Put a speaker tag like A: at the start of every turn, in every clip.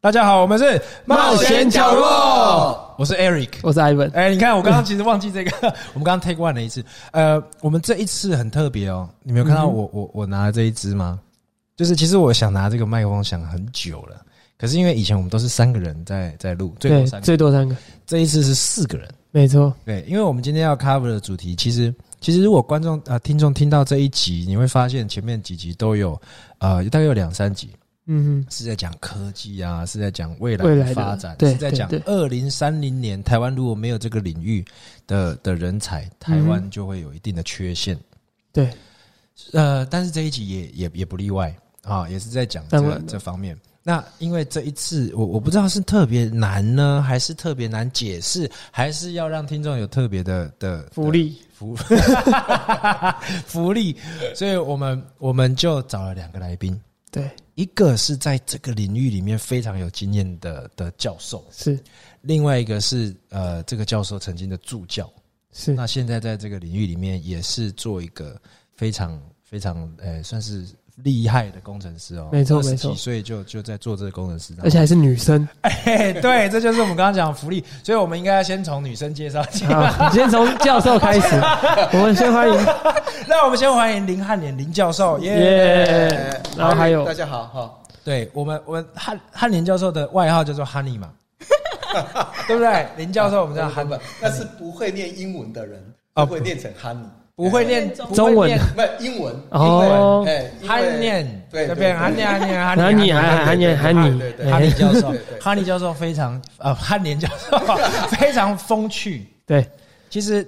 A: 大家好，我们是
B: 冒险角落，
A: 我是 Eric。
B: 我是 Ivan，
A: 哎、你看，我刚刚其实忘记这个， 我们刚刚 take one 了一次。呃，我们这一次很特别哦，你没有看到我、我我拿的这一支吗？就是其实我想拿这个麦克风想很久了，可是因为以前我们都是三个人在在录，最
B: 对
A: 多，三个，
B: 最多三个，
A: 这一次是四个人。
B: 没错，
A: 对，因为我们今天要 cover 的主题，其实其实如果观众啊、呃听众听到这一集，你会发现前面几集都有呃大概有两三集
B: 嗯
A: 是在讲科技啊，是在讲未来
B: 未
A: 的
B: 来的
A: 发展，
B: 对
A: 是在讲
B: 对对
A: 二零三零年台湾如果没有这个领域的的人才，台
B: 嗯
A: 湾
B: 哼
A: 就会有一定的缺陷。
B: 对，
A: 呃，但是这一集也也也不例外啊，也是在讲
B: 当
A: 这
B: 然了
A: 这方面。那因为这一次我我不知道是特别难呢，还是特别难解释，还是要让听众有特别的的
B: 福利，
A: 福 福利，所以我们我们就找了两个来宾，
B: 对，
A: 一个是在这个领域里面非常有经验的的教授，
B: 是
A: 另外一个是呃这个教授曾经的助教，
B: 是，
A: 那现在在这个领域里面也是做一个非常非常呃算是厉害的工程师哦，
B: 没错没
A: 所
B: 错
A: 以就就在做这个工程师，
B: 而且还是女生。
A: 嘿对，这就是我们刚刚讲的福利，所以我们应该要先从女生介绍起。
B: 好，先从教授开始，我们先欢迎，
A: 那我们先欢迎林汉年林教授，耶、
B: 耶
C: 哎，
B: 然后还有
C: 大家好哈，
A: 对我们，我们汉汉林教授的外号叫做 Honey 嘛，对不对？林教授我们叫 Honey，
C: 那是不会念英文的人，
A: 哦
C: 不会念成 honey，
A: 不会念
B: 呃
D: 中
A: 不会念
C: 不是英文
B: 哦
C: 英文哎，因为
A: 汉念，
C: 对
A: 对不
C: 对
A: 对？
C: 对，
A: 汉念汉念汉
B: 然后你哎
A: 念。
B: 还还你还你
C: 对对，
A: 汉
B: 哎
A: 林教授
C: 对对，对
A: 汉林教授非常呃，汉林教 授非常风趣。
B: 对，
A: 其实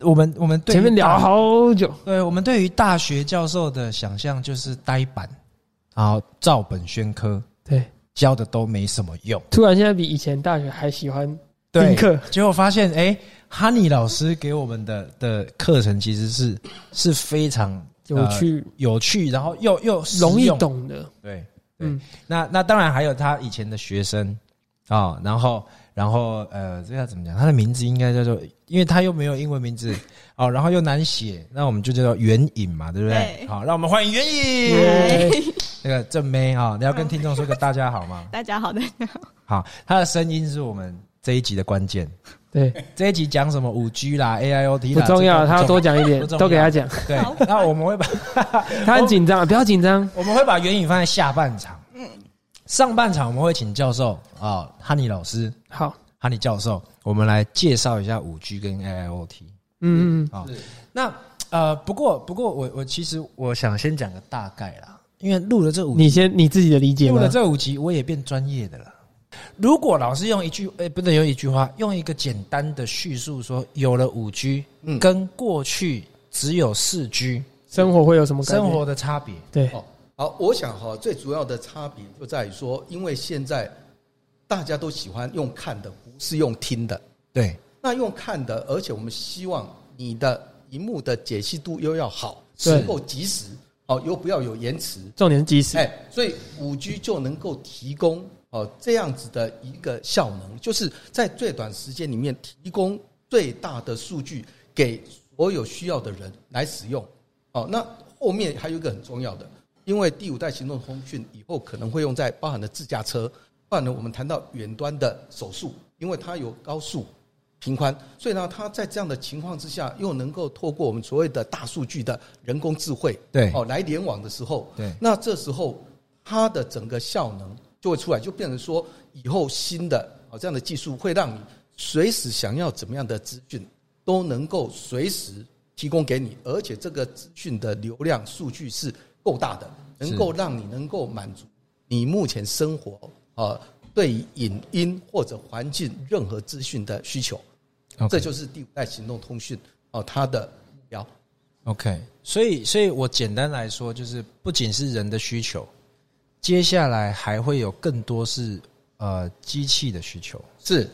A: 我们我们对于
B: 前面聊
A: 大，
B: 好久，
A: 对我们对于大学教授的想象就是呆板，然后照本宣科，
B: 对，
A: 教的都没什么用。
B: 突然现在比以前大学还喜欢
A: 对
B: 听课，
A: 结果发现，哎、哈尼老师给我们的的课程其实是是非常
B: 有、趣、
A: 呃有趣，然后又又实用
B: 容易。懂的，
A: 对，对
B: 嗯，
A: 那那当然还有他以前的学生啊、然后然后呃，这要怎么讲？他的名字应该叫做，因为他又没有英文名字哦，然后又难写，那我们就叫做援引嘛，对不对？
D: 对
A: 好，让我们欢迎援引
B: 耶
A: 那个正妹啊、你要跟听众说个大家好吗？
D: 大家好，大家 好，
A: 好，他的声音是我们这一集的关键。
B: 对，
A: 这一集讲什么五 G 啦、AIoT
B: 不
A: 啦，
B: 重
A: 这都
B: 要，
A: 不
B: 他要多讲一点
A: 不重，要
B: 都给他讲，
A: 对。那我们会把
B: 他很紧张，不要紧张，
A: 我们会把原影放在下半场，上半场我们会请教授啊、哈尼老师、
B: 好，
A: 哈尼教授，我们来介绍一下五 G 跟 AIoT
B: 嗯嗯
A: 啊、
C: 是
A: 那呃，不过不过我我其实我想先讲个大概啦，因为录了这五
B: 嗯，你先你自己的理解
A: 录
B: 吧
A: 了，这五哦集，我也变专业的了。如果老师用一句，呃、不能用一句话，用一个简单的叙述说，有了五 G，、
C: 嗯
A: 跟过去只有四 G
B: 生活会有什么感觉？
A: 生活的差别，
B: 对，
C: 哦，好，我想哈，最主要的差别就在于说，因为现在大家都喜欢用看的，不是用听的。
A: 对，
C: 那用看的，而且我们希望你的荧幕的解析度又要好，
B: 对
C: 能够及时，哦，又不要有延迟。
B: 重点是及时，
C: 哎，所以五 G 就能够提供哦这样子的一个效能，就是在最短时间里面提供最大的数据给所有需要的人来使用。哦，那后面还有一个很重要的，因为第五代行动通讯以后可能会用在包含的自驾车，包含了我们谈到远端的手术，因为它有高速。平宽，所以呢，它在这样的情况之下，又能够透过我们所谓的大数据的人工智慧，
A: 对
C: 哦，来联网的时候，
A: 对
C: 那这时候它的整个效能就会出来，就变成说以后新的啊这样的技术会让你随时想要怎么样的资讯都能够随时提供给你，而且这个资讯的流量数据是够大的，
A: 是
C: 能够让你能够满足你目前生活啊对于影音或者环境任何资讯的需求。这就是第五代行动通讯哦，它的目标。
A: OK。所以，所以我简单来说，就是不仅是人的需求，接下来还会有更多是呃机器的需求，
C: 是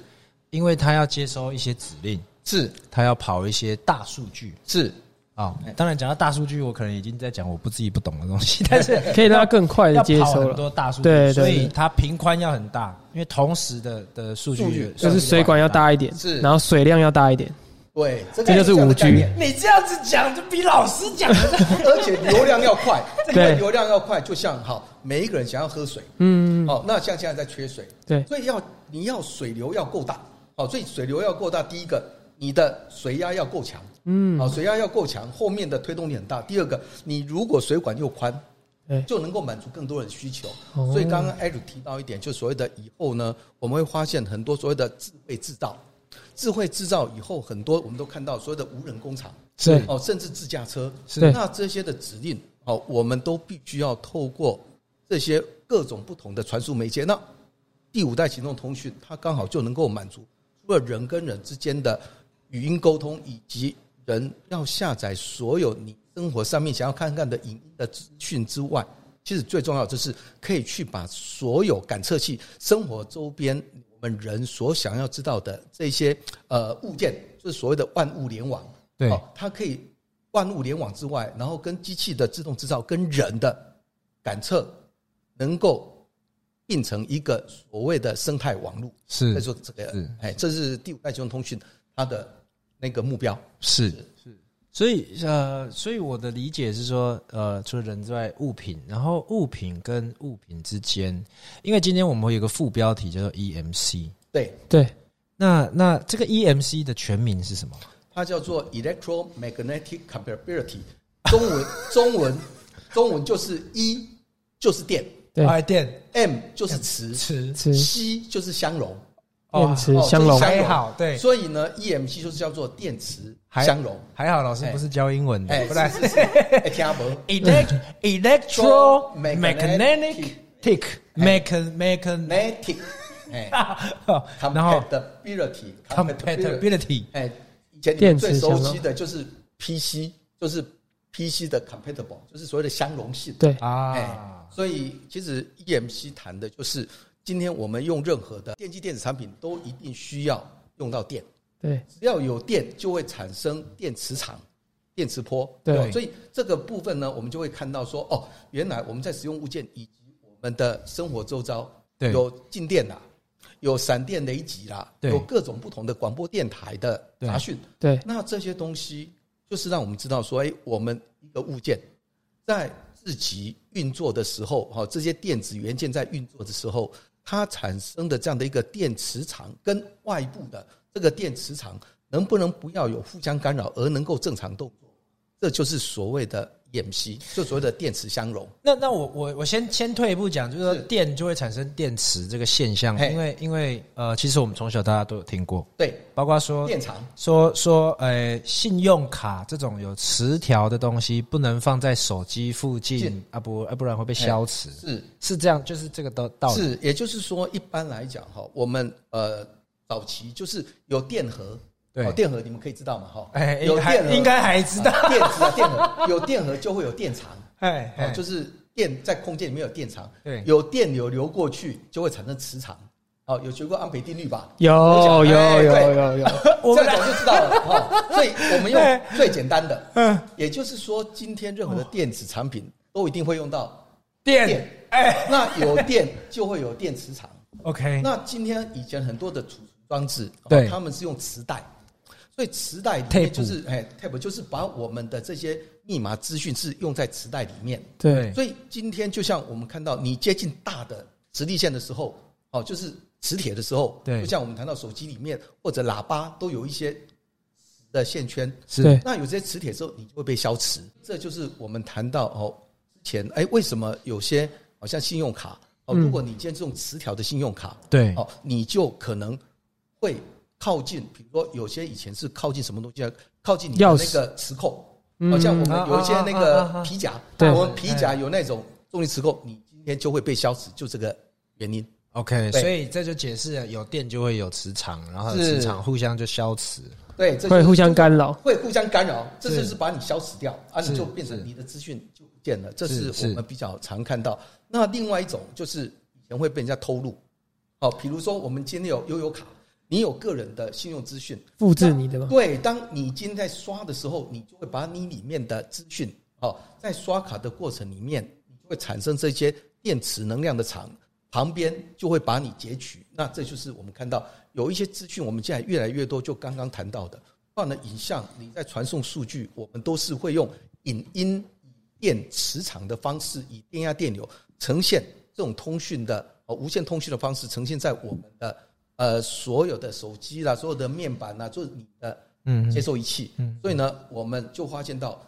A: 因为它要接收一些指令，
C: 是
A: 它要跑一些大数据。
C: 是，
A: 啊、当然讲到大数据，我可能已经在讲我不自己不懂的东 西，但是
B: 可以让他更快的
A: 要
B: 接
A: 跑
B: 收
A: 很
B: 了，
A: 多大数据，
B: 对对
A: 所以
B: 对
A: 它频宽要很大，因为同时的的数
C: 数
A: 据
C: 据
A: 算
B: 就是水管要大一点，
C: 是
B: 然后水量要大一点，
C: 对，这
B: 这就是
C: 样的
B: 5G
C: 概念
A: 你这样子讲，就比老师讲的
C: 而且流量要快，这个
B: 对
C: 流量要快，就像好每一个人想要喝水，
B: 嗯，
C: 哦，那像现在在缺水，
B: 对，
C: 所以要你要水流要够大，哦，所以水流要够大，第一个你的水压要够强，
B: 嗯，
C: 哦，水压要够强，后面的推动力很大。第二个，你如果水管又宽，
B: 对，
C: 就能够满足更多人的需求。
B: 哦
C: 所以刚刚艾瑞提到一点，就所谓的以后呢，我们会发现很多所谓的智慧制造，智慧制造以后很多我们都看到所谓的无人工厂，
B: 是
C: 哦，甚至自驾车，
A: 是
B: 对
C: 那这些的指令，哦，我们都必须要透过这些各种不同的传输媒介。那第五代行动通讯，它刚好就能够满足除了人跟人之间的语音沟通，以及人要下载所有你生活上面想要看看的影音的资讯之外，其实最重要就是可以去把所有感测器、生活周边我们人所想要知道的这些呃物件，就是所谓的万物联网。
A: 对
C: 哦，它可以万物联网之外，然后跟机器的自动制造跟人的感测能够并成一个所谓的生态网络。
A: 是
C: 再说这个
A: 是，
C: 哎，这是第五代金融通讯它的那个目标。
A: 是是，所以呃，所以我的理解是说，呃，除了人之外，物品，然后物品跟物品之间，因为今天我们有个副标题叫做 EMC，
C: 对，
B: 对，
A: 那那这个 EMC 的全名是什么？
C: 它叫做 electromagnetic compatibility，中文 中文中文就是一就是电
B: 对
A: 哎，电
C: ，M 就是磁
A: 池
B: 吃
C: ，C 就是相容。
B: 电池
C: 哦
B: 相
C: 这
B: 容
C: 是，相
A: 还
C: 容
A: 哎好，对，
C: 所以呢，EMC 就是叫做电磁
A: 还
C: 相容。
A: 还好，老师不是教英文的，
C: 哎，
A: 不然
C: 是是是 哎，听不懂。
A: elect electromagnetic
C: Electromagnetic 哎
A: tick mechan mechan，
C: magnetic，哎
A: 然后
C: compatibility
A: compatibility
C: 哎，以前你
B: 电
C: 们
B: 磁
C: 最熟
B: 相容
C: 悉的就是 PC，就是 PC 的 compatible，就是所谓的相容性。
B: 对，
A: 啊
C: 哎，，所以其实 EMC 谈的就是今天我们用任何的电机电子产品都一定需要用到电，
B: 对，
C: 只要有电就会产生电磁场、电磁波。
B: 对
C: 吧所以这个部分呢，我们就会看到说，哦，原来我们在使用物件以及我们的生活周遭，
A: 对
C: 有静电啦，有闪电雷击啦，
A: 对
C: 有各种不同的广播电台的
A: 对
C: 杂讯，
B: 对，
C: 那这些东西就是让我们知道说，哎，我们一个物件在自己运作的时候，哈，这些电子元件在运作的时候，它产生的这样的一个电磁场跟外部的这个电磁场能不能不要有互相干扰，而能够正常动作，这就是所谓的 EMC，就所谓的电磁相容。
A: 那那我我我先先退一步讲，就是说
C: 是
A: 电就会产生电池这个现象，
C: 嘿
A: 因为因为呃，其实我们从小大家都有听过，
C: 对，
A: 包括说
C: 电场
A: 说说呃，信用卡这种有磁条的东西不能放在手机附近
C: 是
A: 啊不啊不然会被消磁，
C: 是
A: 是这样，就是这个道道理。
C: 是，也就是说，一般来讲哈，我们呃早期就是有电荷，
A: 对
C: 哦电荷你们可以知道嘛哈，
A: 哎，
C: 有
A: 还
C: 电荷
A: 应该还知 道，
C: 啊电子啊电荷，有电荷就会有电 场，
A: 哎
C: 哦，就是是电在空间里面有电场，
A: 对
C: 有电流流过去就会产生磁场，哦，有学过安培定律吧？
B: 有有
C: 哎
B: 有有
C: 对
B: 有有，
A: 我
C: 这
A: 们
C: 样讲就知道了哈、哦。所以我们用
A: 哎
C: 最简单的，
A: 嗯
C: 也就是说，今天任何的电子产品都一定会用到，
A: 电
C: 电
A: 哎
C: 那有电就会有电磁场。
A: ，OK，
C: 那今天以前很多的储存装置，哦
A: 对
C: 他们是用磁带，所以磁带里面就是哎 tape 就是把我们的这些密码资讯是用在磁带里面。
B: 对，
C: 所以今天就像我们看到，你接近大的磁力线的时候，哦，就是磁铁的时候，
A: 对
C: 就像我们谈到手机里面或者喇叭都有一些磁的线圈，
B: 对
C: 那有这些磁铁之后，你就会被消磁。这就是我们谈到哦，之前哎，为什么有些好像信用卡哦，
B: 嗯
C: 如果你今天这种磁条的信用卡，
A: 对
C: 哦，你就可能会靠近，比如说有些以前是靠近什么东西啊？靠近你的
B: 钥
C: 那
B: 匙
C: 个磁扣，
B: 嗯
C: 好像我们有一些
A: 啊啊啊
C: 那
A: 啊哎
C: 个
A: 啊
C: 皮夹，
B: 对
C: 我们皮夹有那种重力磁扣，你今天就会被消磁，就这个原因。
A: OK，
C: 对
A: 所以这就解释了有电就会有磁场，然后
C: 是
A: 磁场互相就消磁。
C: 对，这
B: 嗯会
C: 就是
B: 互相干扰，
C: 会互相干扰，这就是是把你消磁掉啊，
A: 是
C: 你就变成你的资讯就不见了。这
A: 是
C: 是我们比较常看到。那另外一种就是以前会被人家偷录，哦，比如说我们今天有悠游卡，你有个人的信用资讯，
B: 复制你的嘛，
C: 对，当你今天在刷的时候，你就会把你里面的资讯哦，在刷卡的过程里面，你就会产生这些电池能量的场，旁边就会把你截取。那这就是我们看到有一些资讯，我们现在越来越多，就刚刚谈到的。换了影像，你在传送数据，我们都是会用影音电磁场的方式，以电压电流呈现这种通讯的呃无线通讯的方式，呈现在我们的呃所有的手机啦、所有的面板啦，就是你的
A: 嗯
C: 接收仪器。所以呢，我们就发现到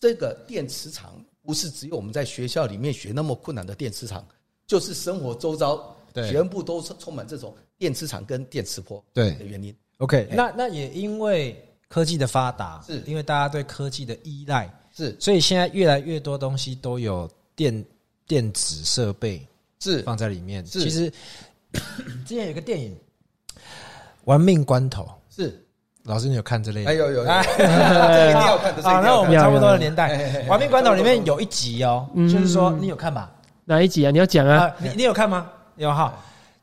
C: 这个电磁场不是只有我们在学校里面学那么困难的电磁场，就是生活周遭
A: 对
C: 全部都是充满这种电磁场跟电磁波
A: 对
C: 的原因。
A: ，OK，那那也因为科技的发达，
C: 是
A: 因为大家对科技的依赖，
C: 是
A: 所以现在越来越多东西都有电电子设备
C: 是
A: 放在里面。
C: 是
A: 其实之前有一个电影《玩命关头》，
C: 是，
A: 老师你有看这类的？
C: 哎 有有有，
A: 哎
C: 这个一定要看的，这个
A: 啊，
C: 一定
A: 那
C: 要
A: 我
C: 看
A: 们
B: 要
A: 差不多的
B: 要
A: 年
C: 要
A: 代，
C: 要
A: 《玩命关头》里面有一集哦，
B: 嗯
A: 就是说你有看吧？
B: 哪一集啊？你要讲啊？
A: 啊，你你有看吗？有哈，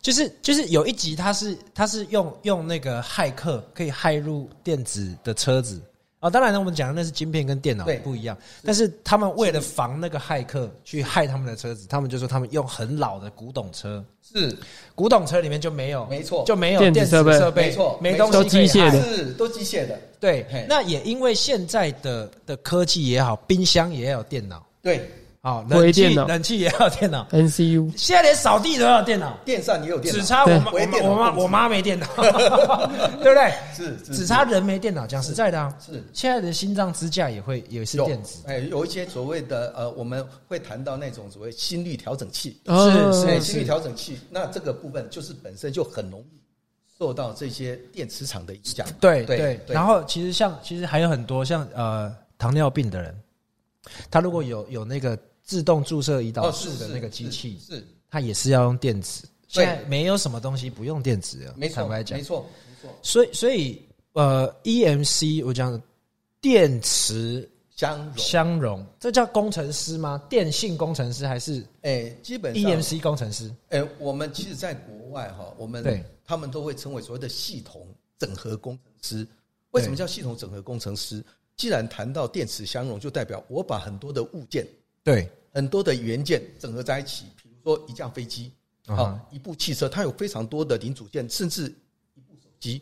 A: 就是就是有一集他是他是用用那个骇客可以骇入电子的车子啊、当然呢，我们讲的那是晶片跟电脑
C: 对
A: 不一样，但是他们为了防那个骇客去害他们的车子，他们就说他们用很老的古董车，
C: 是
A: 古董车里面就没有，
C: 没错
A: 就没有
B: 电子
A: 电子
B: 设备
A: 设备，
C: 没错
A: 没
C: 没
A: 东西
C: 错
A: 可以
B: 都机械
A: 害
B: 的
C: 啊是都机械的，
A: 对
C: 嘿，
A: 那也因为现在的的科技也好，冰箱也有电脑，
C: 对，
A: 好、冷
B: 微
A: 气
B: 电脑
A: 冷气也有电脑，
B: NCU
A: 现在连扫地都要电脑。
C: 电扇也有电脑，
A: 只差我妈
C: 对
A: 我妈我妈我妈没电脑， 对不对？
C: 是是
A: 只差人没电脑。讲实在的啊，
C: 是
A: 现在的心脏支架也会也是
C: 有
A: 电子，
C: 哎，有一些所谓的呃，我们会谈到那种所谓心率调整器，
B: 哦
A: 是
C: 对，
A: 是
C: 心率调整器，那这个部分就是本身就很容易受到这些电磁场的影响。
A: 对
C: 对
A: 对。
C: 对
A: 然后其实像其实还有很多像呃糖尿病的人，他如果有有那个自动注射胰岛
C: 嗯哦，
A: 素
C: 是
A: 的那个机器，
C: 是是
A: 他也是要用电子。现
C: 对
A: 在没有什么东西不用电子了
C: 没，错，
A: 坦白讲
C: 没，错，没错，
A: 所以所以呃，EMC 我讲电池
C: 相容。
A: 相容，这叫工程师吗？电信工程师还是
C: 哎，基本上，
A: EMC 工程师？
C: 哎，我们其实在国外哈，我们
A: 对
C: 他们都会称为所谓的系统整合工程师。为什么
A: 对
C: 叫系统整合工程师？既然谈到电磁相容，就代表我把很多的物件、
A: 对，
C: 很多的元件整合在一起，比如说一架飞机，
A: 啊
C: 啊
A: 哈，
C: 一部汽车，它有非常多的零组件，甚至一部手机。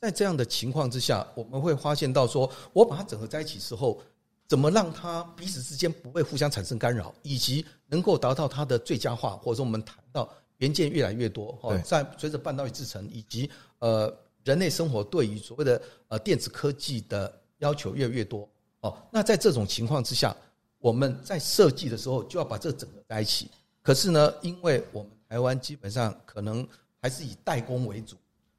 C: 在这样的情况之下，我们会发现到说，我把它整合在一起之后，怎么让它彼此之间不会互相产生干扰，以及能够达到它的最佳化，或者说我们谈到元件越来越多哦
A: 对，
C: 在随着半导体制成以及呃人类生活对于所谓的呃电子科技的要求越来越多哦，那在这种情况之下，我们在设计的时候就要把这整合在一起。可是呢，因为我们台湾基本上可能还是以代工为主，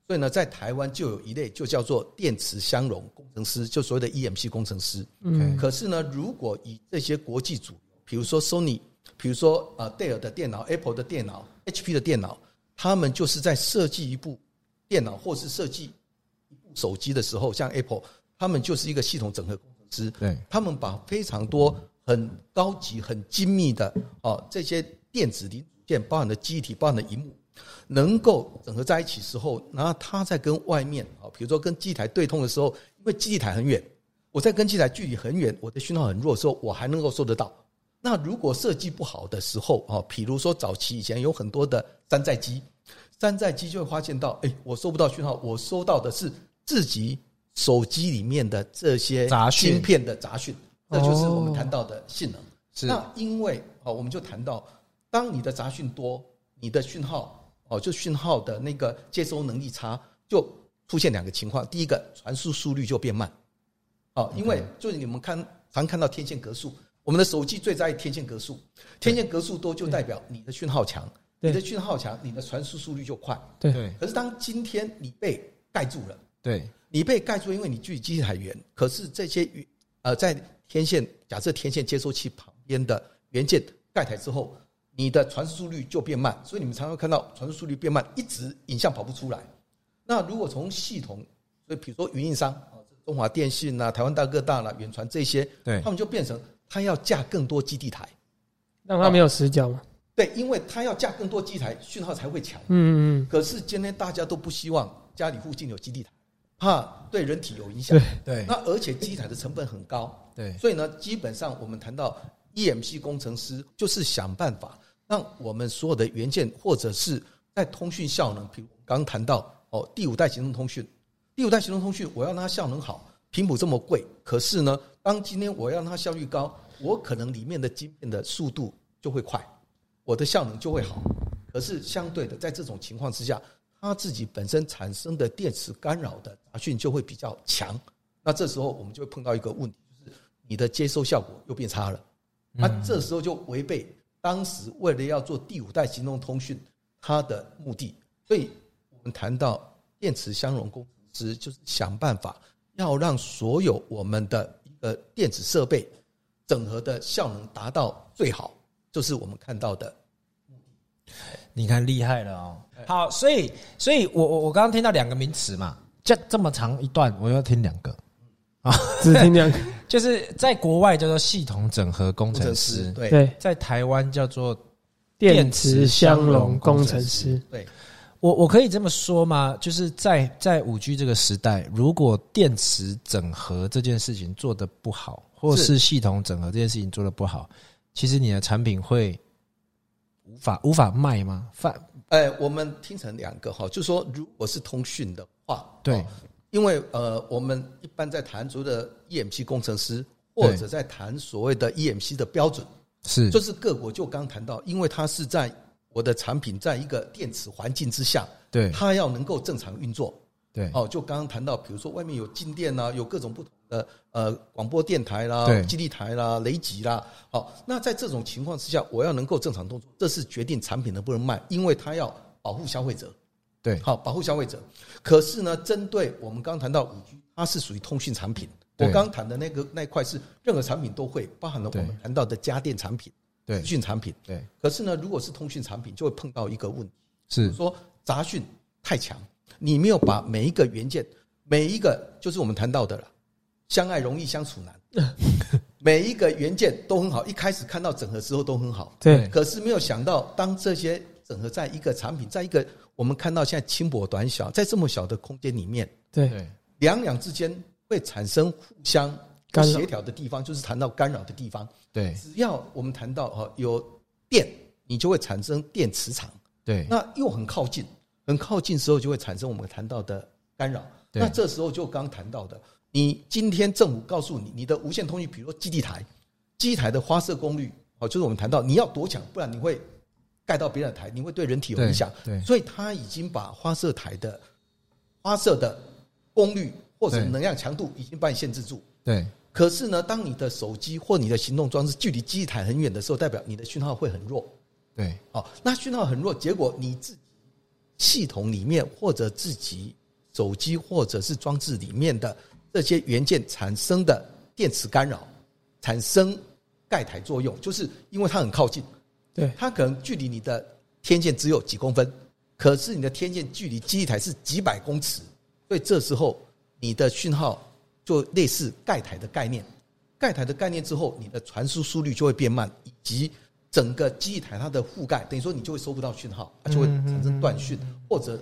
C: 所以呢，在台湾就有一类就叫做电池相容工程师，就所谓的 EMC 工程师。
B: 嗯
C: 可是呢，如果以这些国际主流，比如说 Sony，比如说呃戴尔的电脑、Apple 的电脑、HP 的电脑，他们就是在设计一部电脑或是设计一部手机的时候，像 Apple，他们就是一个系统整合工程师。
A: 对，
C: 他们把非常多很高级、很精密的哦这些电子零组件，包含的机体，包含的荧幕，能够整合在一起时候，然后它在跟外面啊，哦比如说跟机台对通的时候，因为机体台很远，我在跟机台距离很远，我的讯号很弱的时候，我还能够收得到。那如果设计不好的时候啊，哦比如说早期以前有很多的山寨机，山寨机就会发现到，哎，我收不到讯号，我收到的是自己手机里面的这些
A: 杂讯
C: 芯片的杂讯，这就是我们
B: 哦
C: 谈到的性能。
A: 是
C: 那因为哦，我们就谈到，当你的杂讯多，你的讯号哦，就讯号的那个接收能力差，就出现两个情况：第一个，传输速率就变慢，哦，因为就是你们看常看到天线格数，我们的手机最在意天线格数，天线格数多就代表你的讯号强，
B: 对
C: 你的讯号强，你的传输速率就快。
B: 对，
C: 可是当今天你被盖住了。
A: 对
C: 你被盖住，因为你距离机台远。可是这些元呃，在天线假设天线接收器旁边的元件盖台之后，你的传输速率就变慢，所以你们常常看到传输速率变慢，一直影像跑不出来。那如果从系统，所以比如说云印商啊，中华电信啊、台湾大哥大啦、远传这些，
A: 对
C: 他们就变成他要架更多基地台，
B: 让他没有死角嘛。
C: 对，因为他要架更多基地台，讯号才会强。
B: 嗯嗯
C: 可是今天大家都不希望家里附近有基地台，怕对人体有影响。
A: 对
C: 那而且机台的成本很高，
A: 对
C: 所以呢，基本上我们谈到 EMC 工程师，就是想办法让我们所有的元件或者是在通讯效能，比如刚刚谈到哦，第五代行动通讯，第五代行动通讯，我要让它效能好，频谱这么贵，可是呢，当今天我要让它效率高，我可能里面的晶片的速度就会快，我的效能就会好。可是相对的，在这种情况之下，它自己本身产生的电磁干扰的杂讯就会比较强。那这时候我们就会碰到一个问题，就是你的接收效果又变差了。
A: 啊
C: 那
A: 嗯
C: 这时候就违背当时为了要做第五代行动通讯它的目的。所以我们谈到电池相容工程师，就是想办法要让所有我们的一个电子设备整合的效能达到最好，就是我们看到的。
A: 你看厉害了哦。好，所以，所以我我我刚刚听到两个名词嘛，这这么长一段，我要听两个，
B: 只听两个，
A: 就是在国外叫做系统整合工程师，
C: 对
B: 对，
A: 在台湾叫做
B: 电池相容工程师，
C: 对，
A: 我我可以这么说吗？就是在在五 G 这个时代，如果电池整合这件事情做得不好，或是
C: 是
A: 系统整合这件事情做得不好，其实你的产品会无法无法卖吗？反
C: 哎，我们听成两个哈，就是说，如果是通讯的话，哦
A: 对
C: 因为呃，我们一般在谈所谓的 EMC 工程师，
A: 对嗯
C: 或者在谈所谓的 EMC 的标准，
A: 是
C: 就是各国就刚谈到，因为它是在我的产品在一个电池环境之下，
A: 对
C: 它要能够正常运作。
A: 对
C: 哦，就刚刚谈到，比如说外面有静电啊啦、有各种不同的呃广播电台啦
A: 对、
C: 基地台啦、雷击啦。好、那在这种情况之下，我要能够正常动作，这是决定产品能不能卖，因为它要保护消费者。
A: 对
C: 好，保护消费者。可是呢，针对我们刚谈到五 G，它是属于通讯产品。我
A: 对
C: 刚谈的那个那一块是任何产品都会，包含了我
A: 对
C: 们谈到的家电产品、
A: 对
C: 资讯产品。
A: 对
C: 可是呢，如果是通讯产品，就会碰到一个问题，就是是说杂讯太强，你没有把每一个元件，每一个就是我们谈到的了，相爱容易相处难， 每一个元件都很好，一开始看到整合之后都很好，
B: 对
C: 可是没有想到，当这些整合在一个产品，在一个我们看到现在轻薄短小，在这么小的空间里面，
B: 对
A: 对
C: 两两之间会产生互相不
B: 干扰
C: 协调的地方，就是谈到干扰的地方。
A: 对
C: 只要我们谈到哈有电，你就会产生电磁场，
A: 对
C: 那又很靠近，很靠近时候就会产生我们谈到的干扰。
A: 对
C: 那这时候就刚谈到的，你今天政府告诉你，你的无线通讯，比如说基地台，基地台的发射功率，哦，就是我们谈到你要多强，不然你会盖到别人的台，你会对人体有影响。
A: 对对
C: 所以它已经把发射台的发射的功率或者
A: 对
C: 能量强度已经把你限制住。
A: 对
C: 可是呢，当你的手机或你的行动装置距离基地台很远的时候，代表你的讯号会很弱。
A: 对
C: 哦，那讯号很弱，结果你自己系统里面或者自己手机或者是装置里面的这些元件产生的电磁干扰，产生盖台作用，就是因为它很靠近，
B: 对
C: 它可能距离你的天线只有几公分，可是你的天线距离基地台是几百公尺，所以这时候你的讯号就类似盖台的概念。盖台的概念之后，你的传输速率就会变慢，以及整个基地台它的覆盖，等于说你就会收不到讯号，它就会产生断讯，或者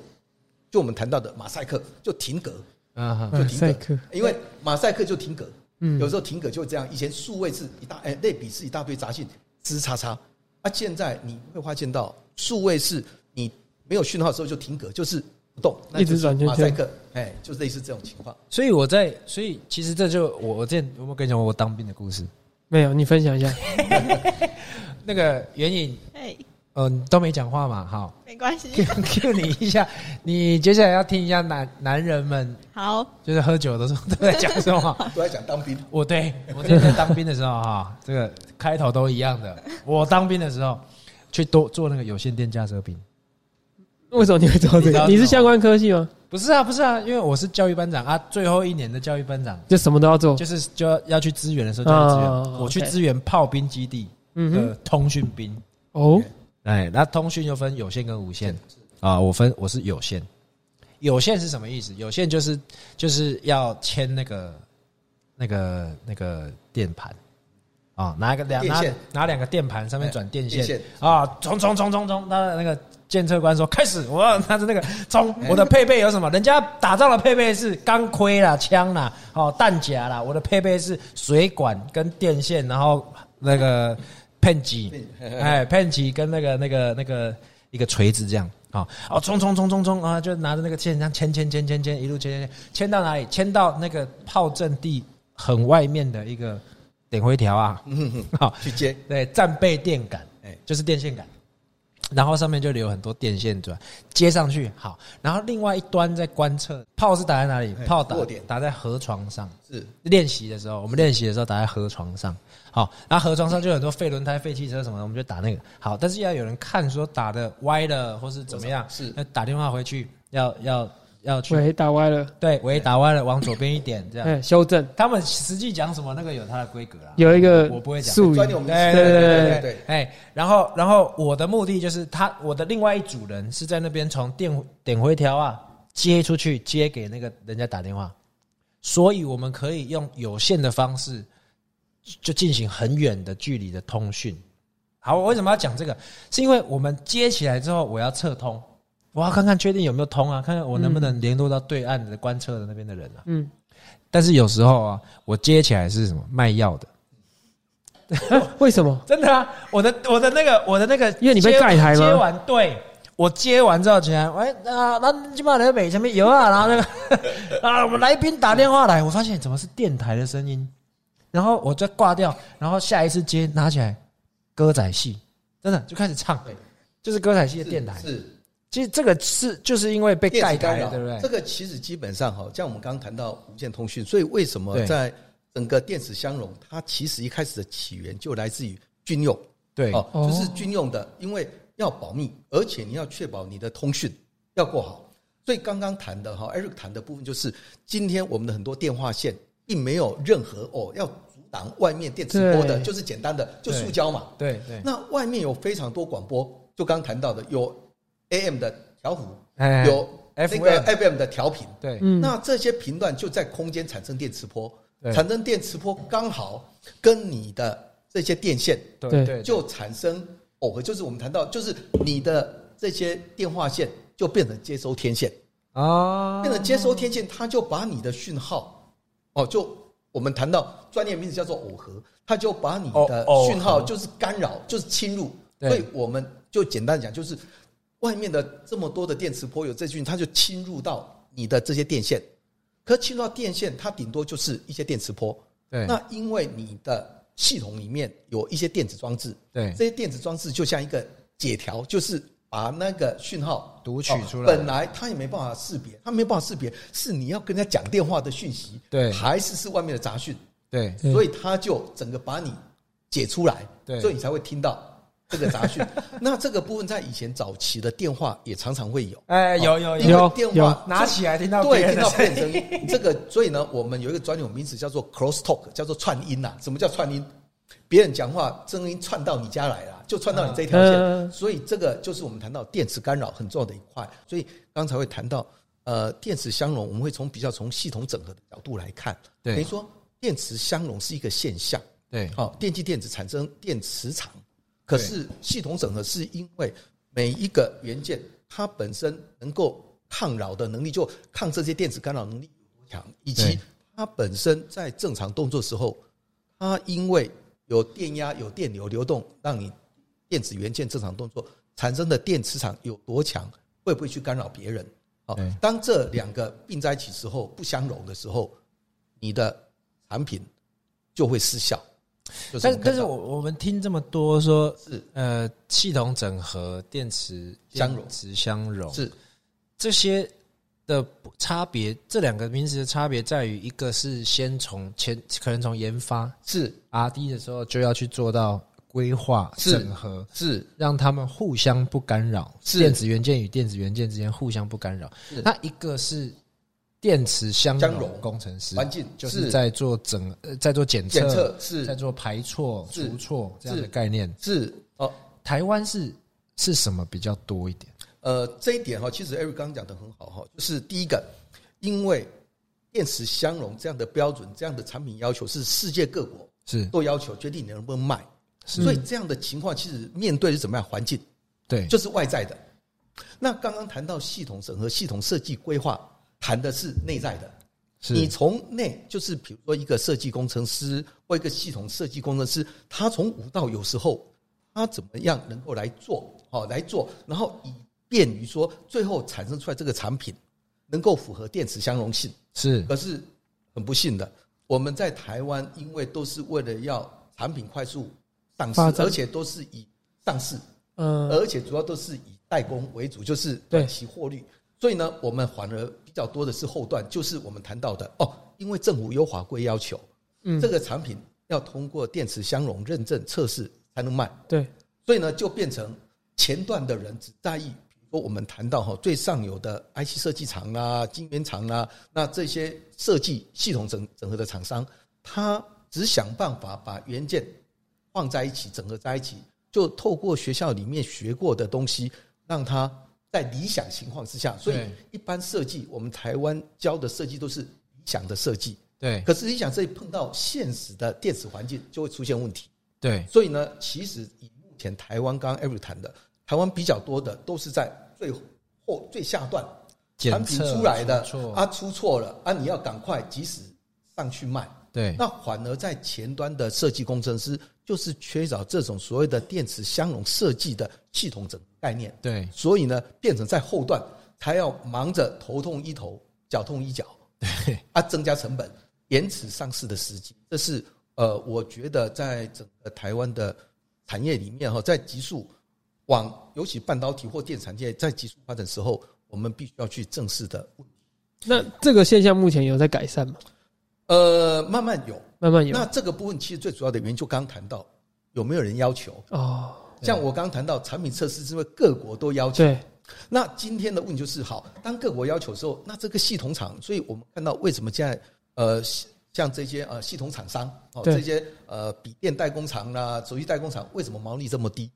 C: 就我们谈到的马赛克就停格，
A: 嗯哼
C: 就
B: 马
C: 停
B: 赛
C: 格
B: 克，，
C: 因为马赛克就停格，
B: 嗯
C: 有时候停格就这样。以前数位是一大哎类比是一大堆杂讯，吱叉叉。啊，现在你会发现到数位是你没有讯号的时候就停格，就是不动，那
B: 一直
C: 就是
B: 转圈
C: 马赛
B: 圈
C: 克，哎，就类似这种情况。
A: 所以我在，所以其实这就我我之前有没有跟你讲过我当兵的故事？
B: 没有，你分享一下，
A: 那个袁颖，
D: 哎，
A: 嗯、你都没讲话嘛，好。
D: 没关系。
A: Q Q 你一下， 你接下来要听一下男男人们
D: 好，
A: 就是喝酒的时候都在讲什 么。
C: 都在讲当兵，
A: 我对我之前在当兵的时候哈，这个开头都一样的。我当兵的时候去多做那个有线电架设兵，
B: 为什么你会知道
A: 你
B: 这
A: 知道
B: 个？你
A: 什么
B: 是相关科系吗？
A: 不是啊不是啊，因为我是教育班长啊，最后一年的教育班长
B: 就什么都要做
A: 就，是就要要去支援的时候就要支援，
B: 哦
A: 我去
B: OK
A: 支援炮兵基地
B: 嗯
A: 的
B: 哼，
A: 通讯兵。
B: 哦，
A: 哎，那通讯又分有线跟无线啊，我分我是有线。有线是什么意思？有线就是就是要牵那个那个那个电盘啊，拿一个两
C: 电
A: 拿
C: 线
A: 拿两个电盘上面转电
C: 哎电
A: 线
C: 线
A: 啊，冲冲冲冲冲，那那个检测官说开始，我要拿着那个冲，
C: 哎
A: 我的配备有什么？人家打仗的配备是钢盔啦、枪啦、哦弹夹啦，我的配备是水管跟电线，然后那哎个喷剂。哎，喷奇跟那个那个那个一个锤子这样，好，哦，冲冲冲冲冲啊，就拿着那个铅枪牵牵牵牵牵，一路牵牵牵，牵到哪里？牵到那个炮阵地很外面的一个点灰条啊，
C: 嗯，
A: 好，
C: 去接，
A: 对，战备电杆，
C: 哎
A: 就是电线杆，然后上面就留很多电线转接上去，好，然后另外一端在观测炮是打在哪里
C: 哎？
A: 炮打
C: 落点
A: 打在河床上。
C: 是
A: 练习的时候，我们练习的时候打在河床上，好，然后河床上就有很多废轮胎、废汽车什么的，我们就打那个。好，但是要有人看说打的歪了或是怎么样，
C: 是
A: 要打电话回去，要要要去
B: 喂，打歪了，
A: 对，喂，打歪了，往左边一点这样。
B: 哎，修正，
A: 他们实际讲什么，那个有他的规格啦。
B: 有一个
A: 我不会讲
B: 术语
C: 哎专，业我们
A: 对
B: 哎对对对
A: 对
C: 对
A: 对
C: 对，
A: 哎，然后然后我的目的就是他，我的另外一组人是在那边从电点回条啊接出去，接给那个人家打电话，所以我们可以用有限的方式就进行很远的距离的通讯。好，我为什么要讲这个？是因为我们接起来之后，我要测通，我要看看确定有没有通啊，看看我能不能联络到对岸的观测的那边的人啊。
B: 嗯，
A: 但是有时候啊，我接起来是什么卖药的。
B: 啊 为什么？
A: 真的啊，我的我的那个我的那个，
B: 因为你被
A: 接
B: 盖台吗
A: 接完对。我接完之后，竟然喂啊，那基本上北前面有啊，然后那个 啊，我们来宾打电话来，我发现怎么是电台的声音，然后我再挂掉，然后下一次接拿起来，歌仔戏，真的就开始唱
C: 对，
A: 就是歌仔戏的电台。
C: 是
A: 其实这个是就是因为被
C: 电
A: 盖
C: 子干
A: 台了，
C: 扰，
A: 对不对
C: 这？个其实基本上哈，像我们刚刚谈到无线通讯，所以为什么
A: 对
C: 在整个电子相容，它其实一开始的起源就来自于军用
A: 对，
C: 哦，
B: 哦
C: 就是军用的，因为要保密，而且你要确保你的通讯要够好。所以刚刚谈的哈，Eric 谈的部分就是，今天我们的很多电话线并没有任何哦要阻挡外面电磁波的，
B: 对
C: 就是简单的就
A: 对
C: 塑胶嘛，
A: 对对，
C: 那外面有非常多广播，就刚谈到的有 AM 的调幅，
A: 哎
C: 有那
A: FM
C: 个 FM 的调频，
A: 对
B: 嗯，
C: 那这些频段就在空间产生电磁波，
A: 对
C: 产生电磁波刚好跟你的这些电线
A: 对
B: 对
A: 对，
C: 就产生耦合，就是我们谈到，就是你的这些电话线就变成接收天线，
A: 啊，
C: 变成接收天线，它就把你的讯号，哦，就我们谈到专业名词叫做耦合，它就把你
A: 哦耦
C: 的
A: 合
C: 讯号就是干扰，就是侵入。
A: 对
C: 所以我们就简单讲，就是外面的这么多的电磁波有这讯，它就侵入到你的这些电线。可侵入到电线，它顶多就是一些电磁波。
A: 对
C: 那因为你的系统里面有一些电子装置，
A: 对
C: 这些电子装置就像一个解调，就是把那个讯号哦
A: 读取出来
C: 本来它也没办法识别，它没办法识别是你要跟人家讲电话的讯息，
A: 对
C: 还是是外面的杂讯，
A: 对
B: 对
C: 所以它就整个把你解出来，
A: 对
C: 所以你才会听到这个杂讯。 那这个部分在以前早期的电话也常常会有，
A: 哎，有有
C: 因为
A: 有，
C: 电话
B: 有
A: 拿起来听到别
C: 对，
A: 人
C: 听
A: 的
C: 到
A: 声
C: 变
A: 音，
C: 成这个，所以呢，我们有一个专有名词叫做 cross talk，叫做串音呐、什么叫串音？别人讲话声音串到你家来啦，就串到你这一条线。
B: 嗯
C: 所以这个就是我们谈到电磁干扰很重要的一块。所以刚才会谈到呃电磁相容，我们会从比较从系统整合的角度来看，
A: 对
C: 等于说电磁相容是一个现象。
A: 对
C: 好、电机电子产生电磁场，可是系统整合是因为每一个元件它本身能够抗扰的能力，就抗这些电子干扰能力有多强，以
A: 对
C: 及它本身在正常动作时候，它因为有电压、有电流流动，让你电子元件正常动作产生的电磁场有多强，会不会去干扰别人？好、
A: 对
C: 当这两个并在一起时候不相容的时候，你的产品就会失效。就
A: 但
C: 们看
A: 但是
C: 到
A: 我我们听这么多说，
C: 是
A: 呃，系统整合、电池
C: 相容
A: 电池相容
C: 是
A: 这些的差别，这两个名词的差别在于，一个是先从前可能从研发
C: 是
A: R D 的时候就要去做到规划
C: 是
A: 整合。
C: 是
A: 让他们互相不干扰，
C: 是
A: 电子元件与电子元件之间互相不干扰
C: 是。
A: 那一个是电池相
C: 相
A: 容
C: 容
A: 工程师，
C: 环境
A: 就是在做整，呃在做检测，
C: 检测是
A: 在做排错、
C: 是
A: 除错这样的
C: 是
A: 概念。
C: 是哦
A: 台湾是是什么比较多一点？
C: 呃这一点哈，其实 Eric 刚刚讲的很好哈，就是第一个，因为电池相容这样的标准，这样的产品要求是世界各国
A: 是
C: 都要求，决定你能不能卖。
A: 是
C: 所以这样的情况，其实面对是怎么样环境，
A: 对，
C: 就是外在的。那刚刚谈到系统整合、系统设计规划，谈的是内在的。
A: 是
C: 你从内就是比如说一个设计工程师或一个系统设计工程师，哦他从无到有时候，他怎么样能够来做好来做，然后以便于说最后产生出来这个产品能够符合电池相容性。
A: 是
C: 可是很不幸的，我们在台湾因为都是为了要产品快速上市
B: 发，展
C: 而且都是以上市，
B: 嗯，
C: 而且主要都是以代工为主，就是短期获利。所以呢，我们反而比较多的是后段，就是我们谈到的哦，因为政府有法规要求，
B: 嗯
C: 这个产品要通过电池相容认证测试才能卖。
B: 对，
C: 所以呢，就变成前段的人只在意，比如说我们谈到哈最上游的 IC 设计厂啦、晶圆厂啦，那这些设计系统整整合的厂商，他只想办法把元件放在一起，整合在一起，就透过学校里面学过的东西，让它在理想情况之下。所以
A: 对
C: 一般设计，我们台湾教的设计都是理想的设计，
A: 对
C: 可是理想设计碰到现实的电子环境，就会出现问题。
A: 对
C: 所以呢，其实以目前台湾刚刚 Every 谈的，台湾比较多的都是在最后最下段产
A: 检
C: 品
A: 测
C: 出来的
A: 出错
C: 啊出错了啊，你要赶快及时上去卖。
A: 对
C: 那反而在前端的设计工程师就是缺少这种所谓的电池相容设计的系统整个概念，
A: 对
C: 所以呢，变成在后段才要忙着头痛医头，脚痛医脚。
A: 对
C: 啊，增加成本，延迟上市的时机，这是呃，我觉得在整个台湾的产业里面哈，在急速往尤其半导体或电产业在急速发展时候，我们必须要去正视的。
B: 那这个现象目前有在改善吗？
C: 呃，慢慢有，
B: 慢慢有
C: 那这个部分其实最主要的原因就刚刚谈到，有没有人要求？
B: 哦，
C: 像我刚刚谈到产品测试，是因为各国都要求。
B: 对，
C: 那今天的问题就是，好，当各国要求的时候，那这个系统厂，所以我们看到为什么现在呃，像这些呃系统厂商哦，
B: 对
C: 这些呃笔电代工厂啦、手机代工厂，为什么毛利这么低？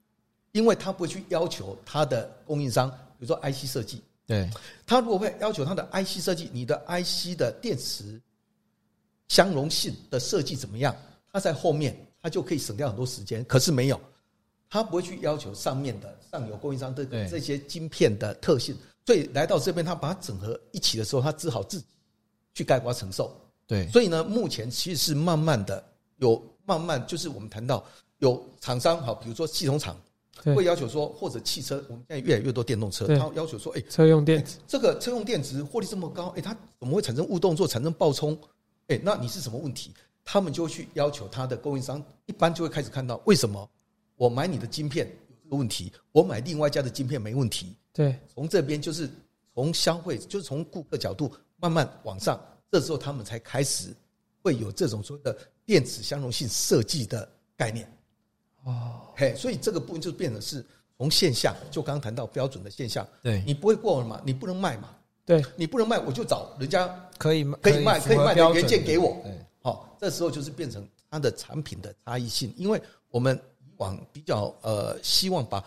C: 因为他不会去要求他的供应商，比如说 IC 设计，
A: 对
C: 他如果会要求他的 IC 设计，你的 IC 的电池相容性的设计怎么样，他在后面他就可以省掉很多时间。可是没有，他不会去要求上面的上游供应商这
A: 对
C: 这些晶片的特性，所以来到这边，他把它整合一起的时候，他只好自己去概括承受。
A: 对
C: 所以呢，目前其实是慢慢的有慢慢，就是我们谈到有厂商好，比如说系统厂
B: 对
C: 会要求说，或者汽车，我们现在越来越多电动车，
B: 对
C: 他要求说，哎、
B: 车用 电子，
C: 这个车用电池获利这么高，哎，它怎么会产生误动作、产生爆冲？哎，那你是什么问题？他们就会去要求它的供应商，一般就会开始看到为什么我买你的晶片有这个问题，我买另外一家的晶片没问题。
B: 对，
C: 从这边就是从消费，就是从顾客角度慢慢往上，这时候他们才开始会有这种所谓的电子相容性设计的概念。
B: 哦，
C: 嘿，所以这个部分就变成是从现象，就刚刚谈到标准的现象，
A: 对，
C: 你不会过嘛，你不能卖嘛。
B: 对，
C: 你不能卖，我就找人家
A: 可以
C: 可以卖，可以卖的原件给我。
A: 对
C: 好、哦这时候就是变成它的产品的差异性，因为我们以往比较呃希望把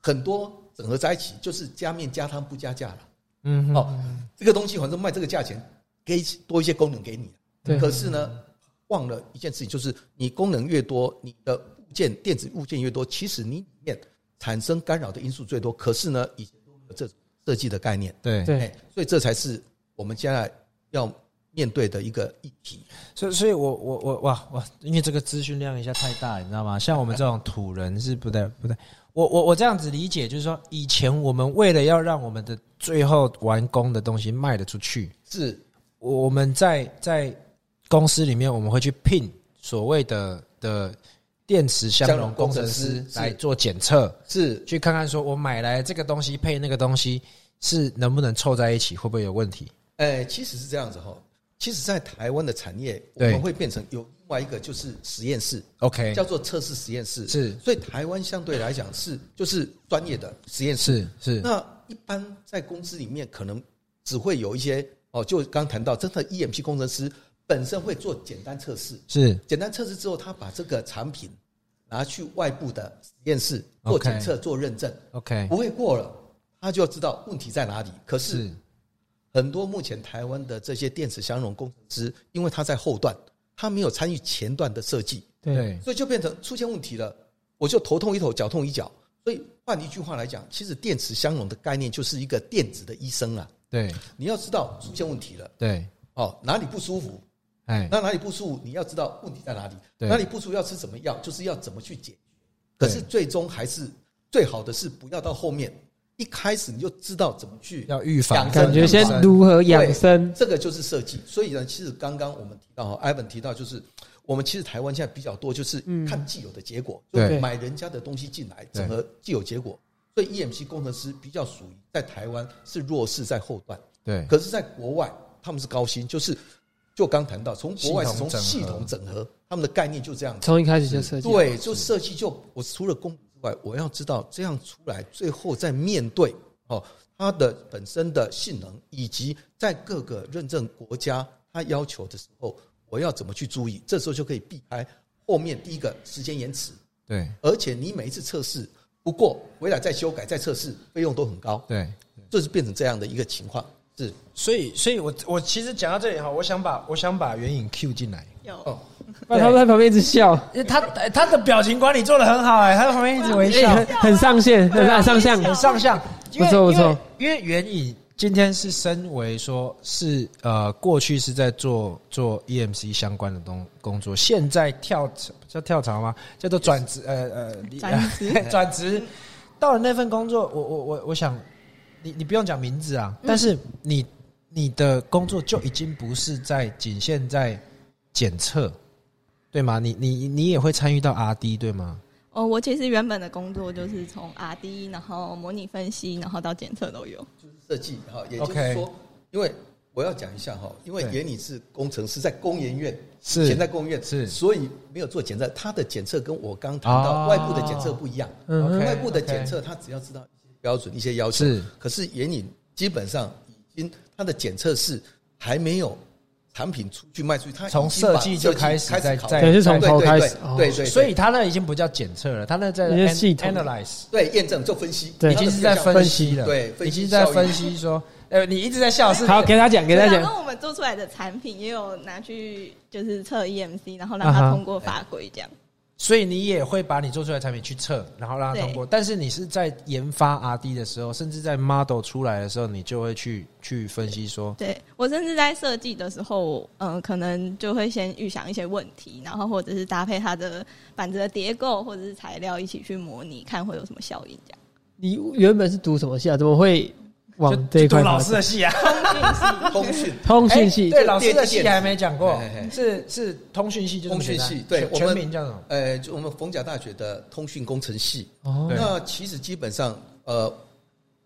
C: 很多整合在一起，就是加面加汤不加价了。
A: 嗯哼
C: 哦，这个东西反正卖这个价钱，给多一些功能给你。
B: 对
C: 可是呢，忘了一件事情，就是你功能越多，你的物件电子物件越多，其实你里面产生干扰的因素最多。可是呢，以前都没有这种设计的概念。
A: 对
B: 对，
C: 哎，所以这才是我们将来要面对的一个议题。
A: 所以，所以我我我哇哇，因为这个资讯量一下太大，你知道吗？像我们这种土人是不太 不太，我我我这样子理解，就是说，以前我们为了要让我们的最后完工的东西卖得出去，
C: 是
A: 我我们在在公司里面，我们会去聘所谓的的电池相
C: 相
A: 容
C: 容
A: 工
C: 工
A: 程
C: 程
A: 师
C: 师
A: 来
C: 是
A: 做检测，
C: 是，
A: 去看看说我买来这个东西配那个东西是能不能凑在一起，会不会有问题？
C: 哎，其实是这样子哈。其实，在台湾的产业，我
A: 对
C: 们会变成有另外一个就是实验室，
A: OK，
C: 叫做测试实验室。
A: 是
C: 所以台湾相对来讲是就是专业的实验室。
A: 是是，
C: 那一般在公司里面，可能只会有一些哦，就刚谈到真的 EMP 工程师本身会做简单测试，
A: 是
C: 简单测试之后，他把这个产品拿去外部的实验室做
A: OK 哎
C: 检测、做认证。
A: OK，
C: 不会过了，他就要知道问题在哪里。可是
A: 是
C: 很多目前台湾的这些电池相容工程师，因为他在后段，他没有参与前段的设计，
B: 对，
A: 对
C: 所以就变成出现问题了，我就头痛一头，脚痛一脚。所以换一句话来讲，其实电池相容的概念就是一个电子的医生啊，
A: 对
C: 你要知道出现问题了，
A: 对，
C: 哦，哪里不舒服，
A: 哎，
C: 那哪里不舒服，你要知道问题在哪里，
A: 对
C: 哪里不舒服要吃什么药，就是要怎么去解决。可是
A: 对
C: 最终还是最好的是不要到后面一开始你就知道怎么去
A: 要预防
C: 养生
B: 感觉先
C: 养生
B: 如何养生，
C: 这个就是设计。所以呢，其实刚刚我们提到哈，Ivan 提到就是，我们其实台湾现在比较多就是
B: 嗯
C: 看既有的结果，
A: 对
C: 就买人家的东西进来，
A: 对
C: 整合既有结果。所以 EMC 工程师比较属于在台湾是弱势在后段，
A: 对
C: 可是在国外他们是高薪，就是就刚谈到从国外是从
A: 系
C: 系
A: 统整合
C: 统整合，他们的概念就这样子。
B: 从一开始就设计。，
C: 对，就设计就我除了公主之外，我要知道这样出来最后再面对哦，它的本身的性能，以及在各个认证国家它要求的时候，我要怎么去注意，这时候就可以避开后面第一个时间延迟，
A: 对
C: 而且你每一次测试不过回来再修改再测试，费用都很高，
A: 对，
C: 就是变成这样的一个情况。是
A: 所以所以我我其实讲到这里哈，我想把我想把袁颖 Q 进来，
C: 哦
D: 有，
B: 不然他们在旁边一直笑，
A: 因为他他的表情管理做的很好哎，他在旁边一直微笑，
B: 很很上线，很上上相。
A: 很上相，因为
B: 不错不错，
A: 因为因为袁颖今天是身为说是呃过去是在做做 EMC 相关的东工作，现在跳槽叫跳槽吗？叫做转职呃呃离
D: 转职
A: 转职到了那份工作，我我我我想你你不用讲名字啊，但是你你的工作就已经不是在仅限在检测。对吗？你你你也会参与到 R D 对吗？
D: 哦，我其实原本的工作就是从 R D，然后模拟分析，然后到检测都有。
C: 就是设计哈，也就是
A: OK
C: 说，因为我要讲一下哈，因为
A: 对
C: 严你是工程师，在工研院
A: 是
C: 前在工院
A: 是
C: 所以没有做检测。它的检测跟我刚谈
A: 哦
C: 到外部的检测不一样，
B: 嗯哼
A: OK
C: 外部的检测它只要知道一些标准、一些要求，
A: 是
C: 可是眼影基本上已经它的检测是还没有产品出去卖出去，它已经
A: 从设
C: 把
A: 计就开始
C: 开
A: 在
C: 始考
A: 在
B: 等于是
C: 对
B: 从
C: 对
B: 头
C: 对
B: 开始哦
C: 对对对，
A: 所以他那已经不叫检测了，他那在
B: 那些
A: an-
B: 系统
A: analyze，
C: 对验证做分析，
B: 对
A: 已
C: 它的
A: 经是在
C: 变相
A: 分析了，
C: 对，分
A: 已
C: 析
A: 经在
C: 效益
A: 分析说，呃，你一直在笑是？
B: 好，给他讲，给他
D: 然
B: 讲。
D: 啊后我们做出来的产品也有拿去就是测 EMC，然后让
B: 啊哈
D: 它通过法规这样。
A: 所以你也会把你做出来的产品去测，然后让它通过。但是你是在研发 R D 的时候，甚至在 model 出来的时候，你就会去去分析说，
D: 对我甚至在设计的时候，嗯、可能就会先预想一些问题，然后或者是搭配它的板子的结构或者是材料一起去模拟，看会有什么效应这样。
B: 你原本是读什么系啊？怎么会
A: 就
B: 往这一
A: 就
B: 块
A: 读
B: 发
A: 老师
B: 展？
A: 的戏啊，
C: 通讯。
B: 通
A: 哎
B: 讯系，
A: 对老师的戏
C: 电
A: 还没讲过
C: 嘿嘿，嘿
A: 是是通讯系，就这么
C: 通讯
A: 简单
C: 系对
A: 全
C: 我们
A: 全名叫什么？
C: 呃，就我们逢甲大学的通讯工程系，
B: 哦
A: 对
C: 那其实基本上，呃，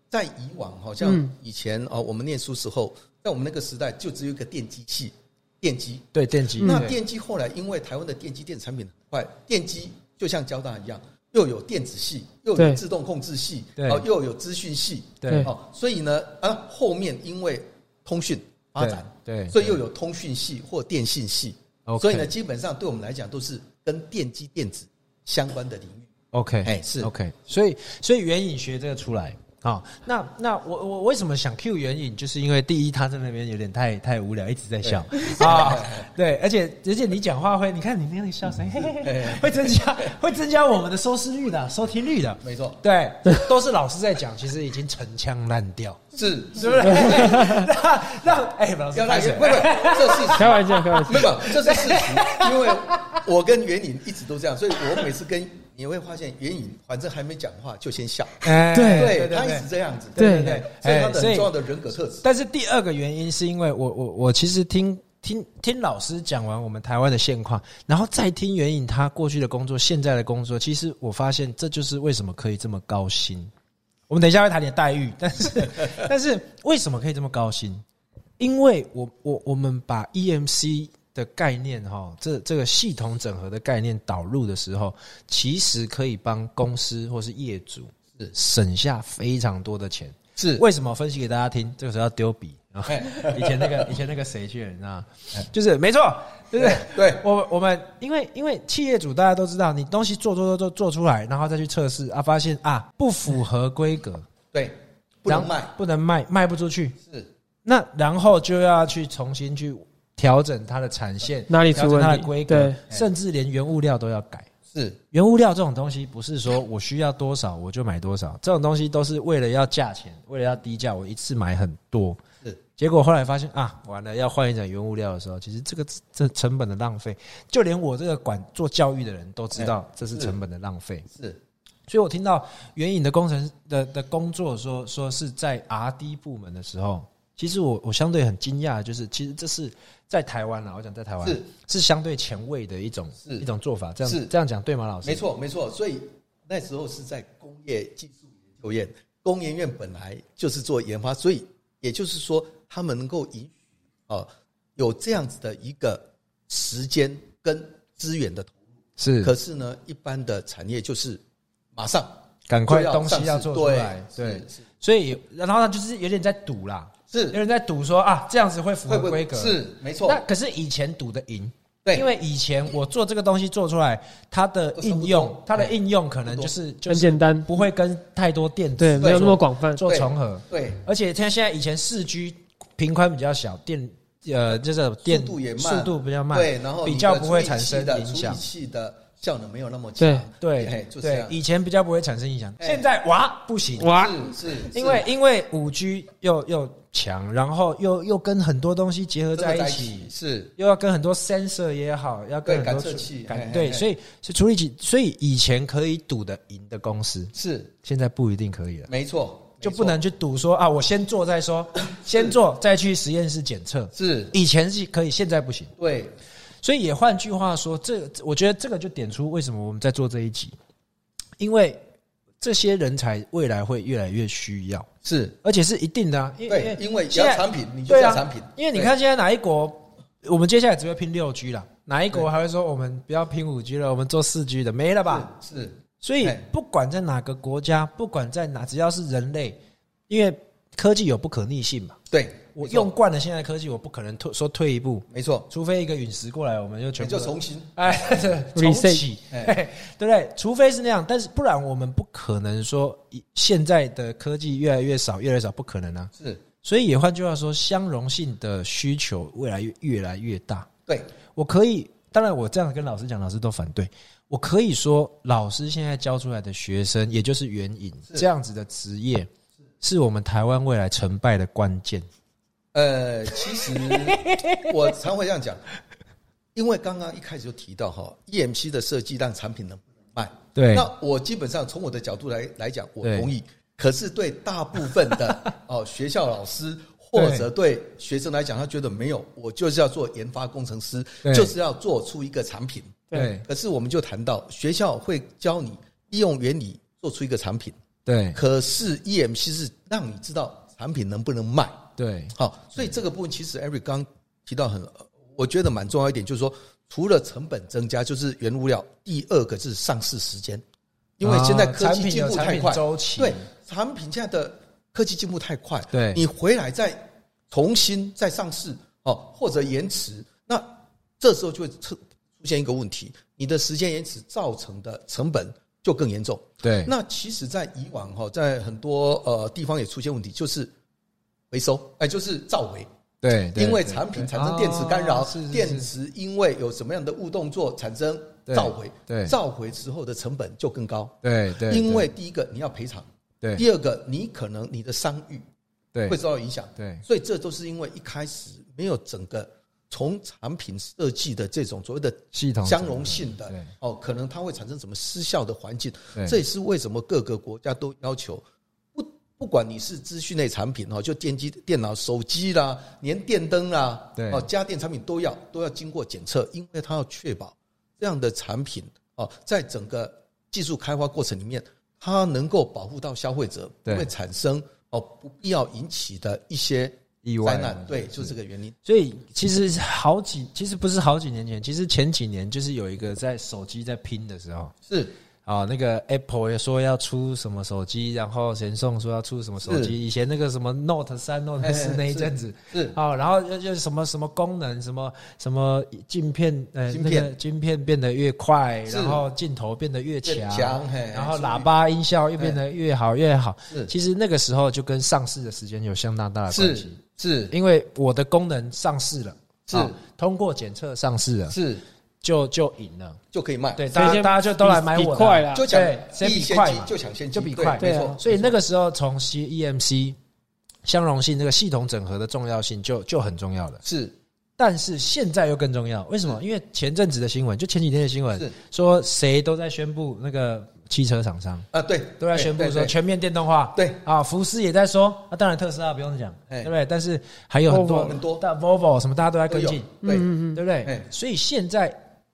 C: 在以往好像
B: 嗯
C: 以前哦，我们念书时候，在我们那个时代就只有一个电机系，电机。
A: 对电机，
C: 那
A: 嗯对
C: 电机后来因为台湾的电机电子产品很快，电机就像交大一样，又有电子系，又
B: 对
C: 有自动控制系，
A: 对
C: 哦，又有资讯系，
A: 对
C: 哦，所以呢，啊，后面因为通讯发展，
A: 对，
C: 所以又有通讯系或电信系，
A: OK
C: 所以呢，基本上对我们来讲都是跟电机电子相关的领域。
A: OK，
C: 哎是
A: OK，所以所以援引学这个出来啊、好那那我我为什么想 Q 援引，就是因为第一他在那边有点太太无聊，一直在笑啊，对，而且而且你讲话会，你看你那个笑声，嘿嘿嘿会增加会增加我们的收视率的收听率的，
C: 没错，
A: 对，都是老师在讲，其实已经陈腔滥调，
C: 是是
A: 是不是？ 让让哎，老师
C: 要
A: 拍
C: 让不
A: 手
C: 不，这是
B: 开玩笑，开玩
A: 哦
B: 笑。
C: 没有，这是事实，因为我跟袁颖一直都这样，所以我每次跟你会发现袁颖反正还没讲话就先笑，
A: 哎
B: 对
C: 对他一直这样子，
B: 对
C: 对对，所以
A: 哎
C: 他的
A: 所以
C: 很重要的人格特质，
A: 但是第二个原因是因为我我我其实听听听老师讲完我们台湾的现况，然后再听袁颖他过去的工作、现在的工作，其实我发现这就是为什么可以这么高薪。我们等一下会谈点待遇，但是 但是为什么可以这么高薪？因为我我我们把 EMC 的概念哈、这这个系统整合的概念导入的时候，其实可以帮公司或是业主
C: 是
A: 省下非常多的钱。
C: 是
A: 为什么分析给大家听？这个时候要丢笔啊！
C: 哎，
A: 以前那个以前那个谁去了，你知道吗？就是没错，对不对？
C: 对
A: 我我们因为因为企业主大家都知道，你东西做做做做做出来，然后再去测试啊，发现啊不符合规格，
C: 对，不能
A: 然后
C: 卖，
A: 不能卖，卖不出去，
C: 是
A: 那然后就要去重新去调整它的产线，
B: 哪里出
A: 调整它
B: 问
A: 的
B: 题
A: 规格
B: 对，
A: 甚至连原物料都要改。
C: 是
A: 原物料这种东西，不是说我需要多少我就买多少，这种东西都是为了要价钱，为了要低价，我一次买很多。
C: 是，
A: 结果后来发现啊，完了，要换一种原物料的时候，其实这个这成本的浪费，就连我这个管做教育的人都知道这是成本的浪费。
C: 哎是
A: 所以我听到援引的工程的的工作说说是在 R D 部门的时候，其实我我相对很惊讶，就是其实这是在台湾啦，我讲在台湾
C: 是
A: 是相对前卫的一种
C: 是
A: 一种做法，这样
C: 是
A: 这样讲对吗，老师？
C: 没，错，没错。所以那时候是在工业技术研究院，工研院本来就是做研发，所以也就是说，他们能够允许啊有这样子的一个时间跟资源的投入。
A: 是
C: 可是呢，一般的产业就是马上
A: 赶
C: 很
A: 快东西要做出来，对
C: 对，，
A: 所以然后呢，就是有点在赌啦，
C: 是
A: 有
C: 是
A: 点在赌说啊，这样子会符合
C: 会不
A: 规
C: 会
A: 格，
C: 是没错
A: 那，可是以前赌的赢，
C: 对
A: 因为以前我做这个东西做出来，它的应
C: 都差不
A: 用
C: 多，
A: 它的应用可能就是就
B: 很
A: 是
B: 简单，
A: 不会跟太多电
B: 对，
A: 子
B: 没有那么广泛。
A: 做重合，
C: 对
A: 而且像现在以前四 G 频宽比较小，电呃就是电
C: 速度也慢，
A: 速度比较慢，
C: 对，然后
A: 比
C: 你
A: 较
C: 的
A: 不
C: 处
A: 会
C: 理
A: 产
C: 器
A: 生
C: 的
A: 影
C: 处理
A: 响
C: 器的效能没有那么
B: 对
C: 强，哎
A: 对
C: 就是这
A: 对
C: 样，，
A: 以前比较不会产生影响，
C: 哎
A: 现在哇不行，
B: 哇，
C: 是是，
A: 因为因为五 G 又又强，然后又又跟很多东西结合
C: 合
A: 在
C: 在
A: 一
C: 一
A: 起
C: 起，是
A: 又要跟很多 sensor 也好，要跟
C: 对
A: 很多
C: 感测
A: 处
C: 器
A: 感
C: 嘿嘿
A: 对，
C: 嘿
A: 所以是处理器，所以以前可以赌的赢的公司，
C: 是
A: 现在不一定可以了，
C: 没错，
A: 就
C: 没错
A: 不能去赌说啊，我先做再 说，先做再去实验室检测。
C: 是
A: 以前是可以，现在不行，
C: 对
A: 所以也换句话说，这我觉得这个就点出为什么我们在做这一集，因为这些人才未来会越来越需要，
C: 是，
A: 而且是一定的、啊，因为
C: 对，因为
A: 现
C: 要
A: 在
C: 产品，你就
A: 对
C: 要
A: 啊，
C: 产品，
A: 因为你
C: 对
A: 看现在哪一国，我们接下来只会拼六 G 了，哪一国还会说我们不要拼五 G 了，我们做四 G 的没了吧？
C: 是是
A: 所以
C: 对
A: 不管在哪个国家，不管在哪，只要是人类，因为科技有不可逆性嘛，
C: 对，
A: 我
C: 没错
A: 用惯了现在的科技，我不可能退说退一步，
C: 没错，
A: 除非一个陨石过来，我们就全
C: 你
A: 部
C: 就
A: 都
C: 重新
A: 哎重
B: Reset
A: 启，
C: 哎
A: 嘿对不对？除非是那样，但是不然我们不可能说以现在的科技越来越少，越来越少，不可能啊。
C: 是
A: 所以也换句话说，相容性的需求未来越越来越大。
C: 对
A: 我可以，当然我这样跟老师讲，老师都反对。我可以说，老师现在教出来的学生，也就是援引
C: 是
A: 这样子的职业，是我们台湾未来成败的关键。
C: 呃，其 实我常会这样讲，因为刚刚一开始就提到哈，EMC 的设计让产品能不能卖。
A: 对
C: 那我基本上从我的角度来来讲，我
A: 对
C: 同意。可是对大部分 的哦学校老师或者对学生来讲，他觉得没有，我就是要做研发工程师
A: 对，
C: 就是要做出一个产品。
A: 对
C: 可是我们就谈到学校会教你利用原理做出一个产品，
A: 对
C: 可是 EMC 是让你知道产品能不能卖。
A: 对
C: 好，所以这个部分其实 Eric 刚提到很，我觉得蛮重要一点，就是说除了成本增加，就是原物料，第二个是上市时间，因为现在
A: 啊
C: 科
A: 产
C: 技
A: 品
C: 进
A: 有
C: 步
A: 产
C: 太
A: 品
C: 快，
A: 周期
C: 对产品现在的科技进步太快，
A: 对
C: 你回来再重新再上市哦，或者延迟，那这时候就会出出现一个问题，你的时间延迟造成的成本就更严重。
A: 对
C: 那其实，在以往哈，在很多呃地方也出现问题，就是回收，哎、就是造回，
A: 对
C: 因为产品产生电磁干扰，
A: 哦是是是
C: 电池因为有什么样的误动作产生
A: 对
C: 召回，
A: 对
C: 召回之后的成本就更高，
A: 对对，
C: 因为第一个你要赔偿，
A: 对
C: 第二个你可能你的商誉
A: 对
C: 会受到影响，
A: 对
C: 所以这都是因为一开始没有整个从产品设计的这种所谓的
A: 系统
C: 相容性的
A: 对
C: 哦，可能它会产生什么失效的环境
A: 对，
C: 这也是为什么各个国家都要求。不不管你是资讯类产品哦，就电机、电脑、手机啦，连电灯啦，
A: 对
C: 哦，家电产品都要都要经过检测，因为它要确保这样的产品哦，在整个技术开发过程里面，它能够保护到消费者，不
A: 对
C: 会产生哦不必要引起的一些
A: 意
C: 灾
A: 外啊
C: 难。对，就是这个原因。
A: 所以其实好几，其实不是好几年前，其实前几年就是有一个在手机在拼的时候
C: 是
A: 啊，那个 Apple 也说要出什么手机，然后神送说要出什么手
C: 是
A: 机，以前那个什么 Note 三、Note
C: 哎
A: 四那一
C: 是
A: 阵子。
C: 是，
A: 哦，然后又又什么什么功能，什么什么镜片，呃，
C: 晶
A: 那个
C: 片
A: 晶片变得越快，
C: 是
A: 然后镜头变得越
C: 变
A: 强，
C: 强嘿哎
A: 然后
C: 所以
A: 喇叭音效又变得越好越好。
C: 是
A: 其实那个时候就跟上市的时间有相当大的关
C: 是
A: 系。
C: 是
A: 因为我的功能上市了，
C: 是
A: 啊通过检测上市了，
C: 是，
A: 就就赢了。
C: 就可以卖。
A: 对，
B: 所以
A: 大家
B: 先
A: 大家就都来买
B: 比
A: 我
B: 比快
A: 的
B: 啦
A: 啊，
C: 就抢
A: 对先
C: 利
A: 比
C: 先
A: 快
C: 机
A: 嘛，
C: 就抢先机，
A: 就比
C: 对
A: 快
C: 没
B: 对
C: 错
B: 啊。
A: 所以那个时候从 C EMC 相容性这个系统整合的重要性就就很重要了。
C: 是
A: 但是现在又更重要，为什么？因为前阵子的新闻，就前几天的新闻
C: 是，
A: 说谁都在宣布那个汽车厂商
C: 啊，对，
A: 都在宣布
C: 对
A: 说
C: 对
A: 全面电动化。
C: 对
A: 啊，福斯也在说，那、当然特斯拉不用讲，对
C: 哎
A: 不对？但是还有很多
C: Volvo 很多
A: 但 Volvo 什么大家都在
C: 都
A: 跟
C: 有
A: 进，
C: 对，
B: 嗯嗯
A: 对不对
C: 哎？
A: 所以现在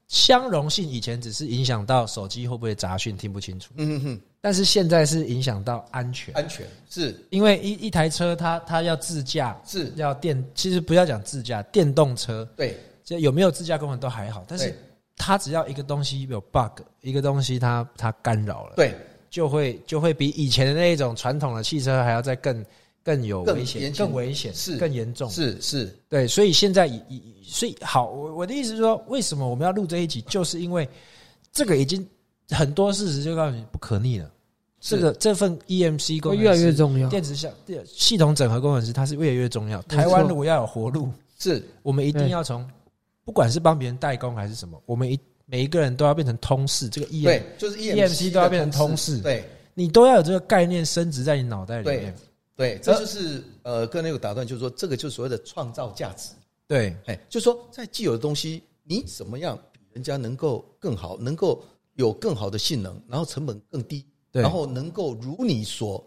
A: 相容性以前只是影响到手机会不会杂讯听不清楚，
C: 嗯哼，
A: 但是现在是影响到安全，
C: 安全是
A: 因为一一台车它它要自驾，
C: 是，
A: 要电，其实不要讲自驾，电动车
C: 对，
A: 这有没有自驾功能都还好，但是
C: 对
A: 它只要一个东西有 bug，一个东西它它干扰了，
C: 对，
A: 就会就会比以前的那一种传统的汽车还要再更更有
C: 更
A: 危险、
C: 严峻
A: 更危险、
C: 是
A: 更严重。
C: 是是，
A: 对，所以现在以以以所以好，我我的意思是说，为什么我们要录这一集，就是因为这个已经很多事实就告诉你不可逆了。
C: 是
A: 这个这份 EMC 功
B: 会
A: 能
B: 越来越
A: 是
B: 重要。
A: 电子项电系统整合工程师，它是越来越重要。台湾如果要有活路，
C: 是
A: 我们一定要从不管是帮别人代工还是什么，我们一每一个人都要变成通识。这个 E
C: 对，就是
A: EMC 都要变成通
C: 识，
A: 识
C: 对
A: 你都要有这个概念升值在你脑袋里
C: 对
A: 面。
C: 对，这就是呃，刚才有打断，就是说这个就是所谓的创造价值，
A: 对
C: 哎，就是说在既有的东西，你怎么样比人家能够更好，能够有更好的性能，然后成本更低，
A: 对
C: 然后能够如你所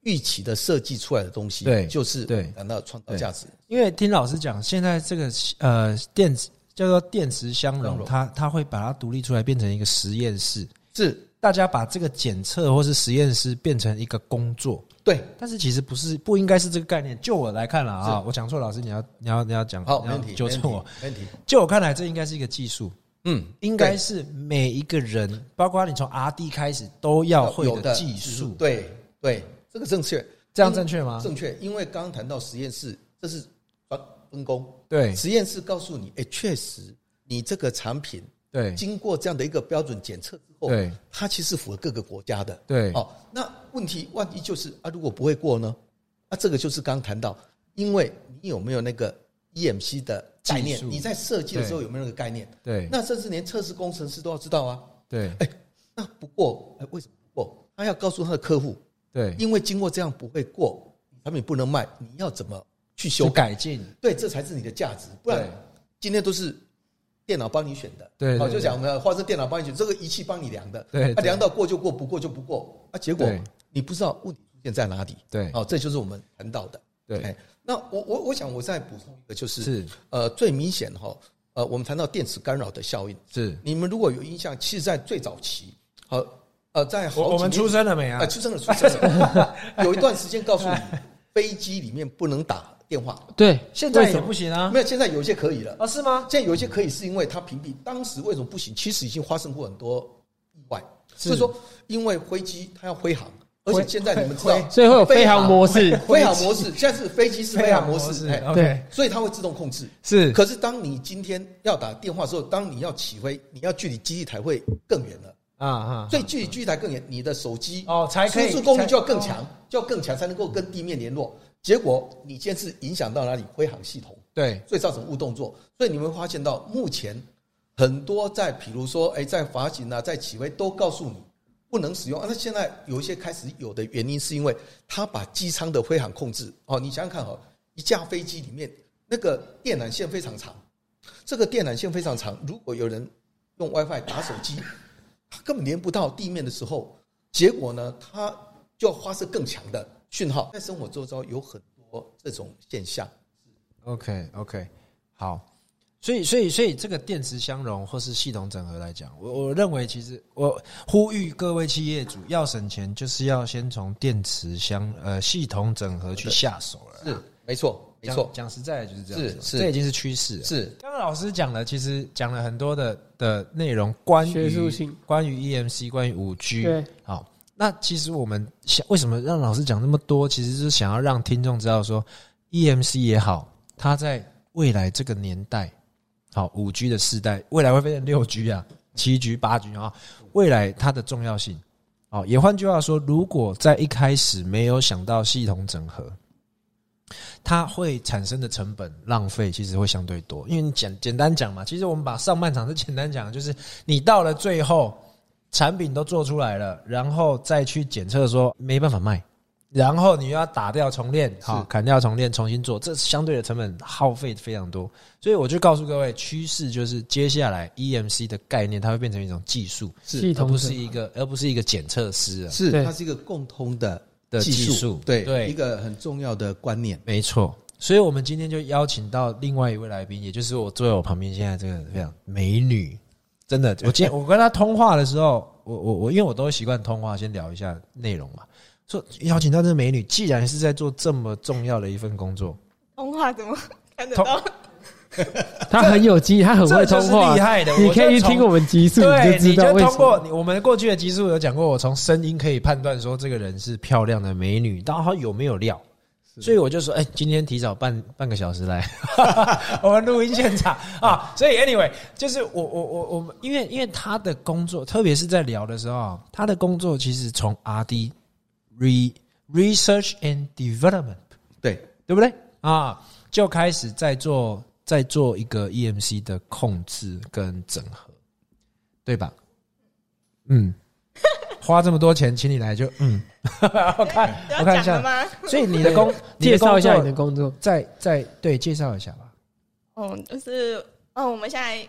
C: 预期的设计出来的东西，
A: 对
C: 就是
A: 对
C: 感到创造价值，
A: 因为听老师讲，现在这个呃电子叫做电磁相
C: 相
A: 容，
C: 容
A: 它它会把它独立出来，变成一个实验室。
C: 是
A: 大家把这个检测或是实验室变成一个工作，
C: 对，
A: 但是其实不是不应该是这个概念。就我来看了啊，
C: 是
A: 我讲错，老师你要你要你要讲，
C: 好，
A: 你
C: 没
A: 要
C: 问题，
A: 纠正我。
C: 没问题，没问题，
A: 就我看来，这应该是一个技术，
C: 嗯，
A: 应该是每一个人，包括你从 R D 开始都要会
C: 有的
A: 技术，
C: 对对，这个正确，
A: 这样正确吗？
C: 正确，因为刚刚谈到实验室，这是分分工。
A: 对
C: 实验室告诉你，哎，确实你这个产品
A: 对
C: 经过这样的一个标准检测之后，
A: 对
C: 它其实符合各个国家的。
A: 对
C: 哦，那问题万一就是啊，如果不会过呢？那这个就是刚刚谈到，因为你有没有那个 EMC 的概念
A: 技？术
C: 你在设计的时候有没有那个概念？
A: 对
C: 那甚至连测试工程师都要知道啊。
A: 对
C: 哎，那不过，哎，为什么不过？他要告诉他的客户，
A: 对，
C: 因为经过这样不会过，产品不能卖，你要怎么去修
A: 就
C: 改？
A: 改进，
C: 对，这才是你的价值。不然
A: 对
C: 今天都是电脑帮你选的，
A: 对对
C: 好，
A: 对
C: 就讲我们画这电脑帮你选，这个仪器帮你量的，
A: 对
C: 啊
A: 对
C: 量到过就过，不过就不过，啊，结果
A: 对
C: 你不知道问题出现在哪里。
A: 对
C: 哦，这就是我们谈到的。
A: 对
C: 哎，那我我我想我再补充一个，就是
A: 是
C: 呃最明显哈、呃我们谈到电磁干扰的效应，
A: 是。
C: 你们如果有印象，其实，在最早期，好呃在好
A: 我我们
C: 几年
A: 出生了没啊
C: 啊，？出生了，出生 了。有一段时间告诉你，飞机里面不能打电话，
B: 对，
A: 现在
B: 为什
A: 也
B: 么
A: 不行啊
C: 没？有，现在有一些可以了。
A: 啊，是吗？
C: 现在有一些可以是因为它屏蔽，当时为什么不行？其实已经发生过很多意外，
A: 是
C: 所以说因为飞机它要飞航，而且现在你们知道
A: 飞，
B: 所以会有飞行模式，
C: 飞航模式，现在是飞机是飞航模式，哎，
A: ，OK，
C: 所以它会自动控制。
A: 啊是
C: 可是当你今天要打电话的时候，当你要起飞，你要距离基地台会更远了。
A: 啊啊，
C: 所以距离距离台更远，你的手机
A: 哦才可以哦
C: 输出功率
A: 才
C: 就要更强，就要更强才能够跟地面联络。结果你今天是影响到哪里？挥航系统，
A: 对
C: 所以造成误动作。所以你会发现到目前很多在，比如说哎，在滑行啊，在起飞都告诉你不能使用。啊那现在有一些开始有的原因是因为它把机舱的挥航控制哦，你想想看哦，一架飞机里面那个电缆线非常长，这个电缆线非常长，如果有人用 WiFi 打手机，它根本连不到地面的时候，结果呢，它就要发射更强的讯号。在生活周遭有很多这种现象，
A: ，OK OK，好。所以，所以，所以，这个电池相容或是系统整合来讲，我我认为，其实我呼吁各位企业主要省钱，就是要先从电池相呃系统整合去下手了。
C: 是没错，没
A: 讲
C: 错，
A: 讲实在的就是这样子嘛，
C: 是是
A: 这已经是趋势了。
C: 是
A: 刚刚老师讲了，其实讲了很多的的内容，关于
B: 学术性
A: 关于 EMC，关于五 G，
B: 对，
A: 好，那其实我们想为什么让老师讲那么多，其实是想要让听众知道说，EMC 也好，它在未来这个年代，好五 G 的世代，未来会变成六 G 啊、七 G、八 G 啊，未来它的重要性。哦，也换句话说，如果在一开始没有想到系统整合，它会产生的成本浪费其实会相对多。因为你简简单讲嘛，其实我们把上半场是简单讲，就是你到了最后，产品都做出来了，然后再去检测说没办法卖，然后你又要打掉重练，好
C: 是
A: 砍掉重练，重新做，这相对的成本耗费非常多。所以我就告诉各位，趋势就是接下来 EMC 的概念，它会变成一种技术，
B: 系
A: 而
B: 统
A: 不
B: 整
A: 是一个，而不是一个检测师啊。
C: 是
B: 对
C: 它是一个共通的
A: 的
C: 技
A: 技术
C: 对
A: 对
C: 一个很重要的观念。
A: 没错，所以我们今天就邀请到另外一位来宾，也就是我坐在我旁边现在这个非常美女，真的，我今天我跟她通话的时候，我我我，因为我都会习惯通话先聊一下内容嘛。说邀请到这个美女，既然是在做这么重要的一份工作，
D: 通话怎么看得
A: 通
D: 到？
B: 他很有机，他很
A: 这
B: 会
A: 就
B: 通
A: 是
B: 话
A: 厉，害的。
B: 你
A: 我
B: 可以
A: 就
B: 去
A: 从
B: 听我们集数，
A: 对，
B: 就
A: 你
B: 知道
A: 就
B: 为
A: 通
B: 什
A: 过
B: 么。
A: 你我们过去的集数有讲过，我从声音可以判断说这个人是漂亮的美女，到她有没有料。所以我就说，哎、今天提早半半个小时 来，我们录音现场啊。所以 anyway，就是我我我我们，因为因为他的工作，特别是在聊的时候，他的工作其实从 R D re research and development，
C: 对，
A: 对不对啊？就开始在做在做一个 EMC 的控制跟整合，对吧？ 嗯，花这么多钱请你来就嗯，我看我看一下，
D: 讲了吗？
A: 所以你的工你
B: 介
A: 的工
B: 绍一下
A: 作
B: 你的工作，
A: 再再对介绍一下吧，
D: 嗯，就是嗯，我们现在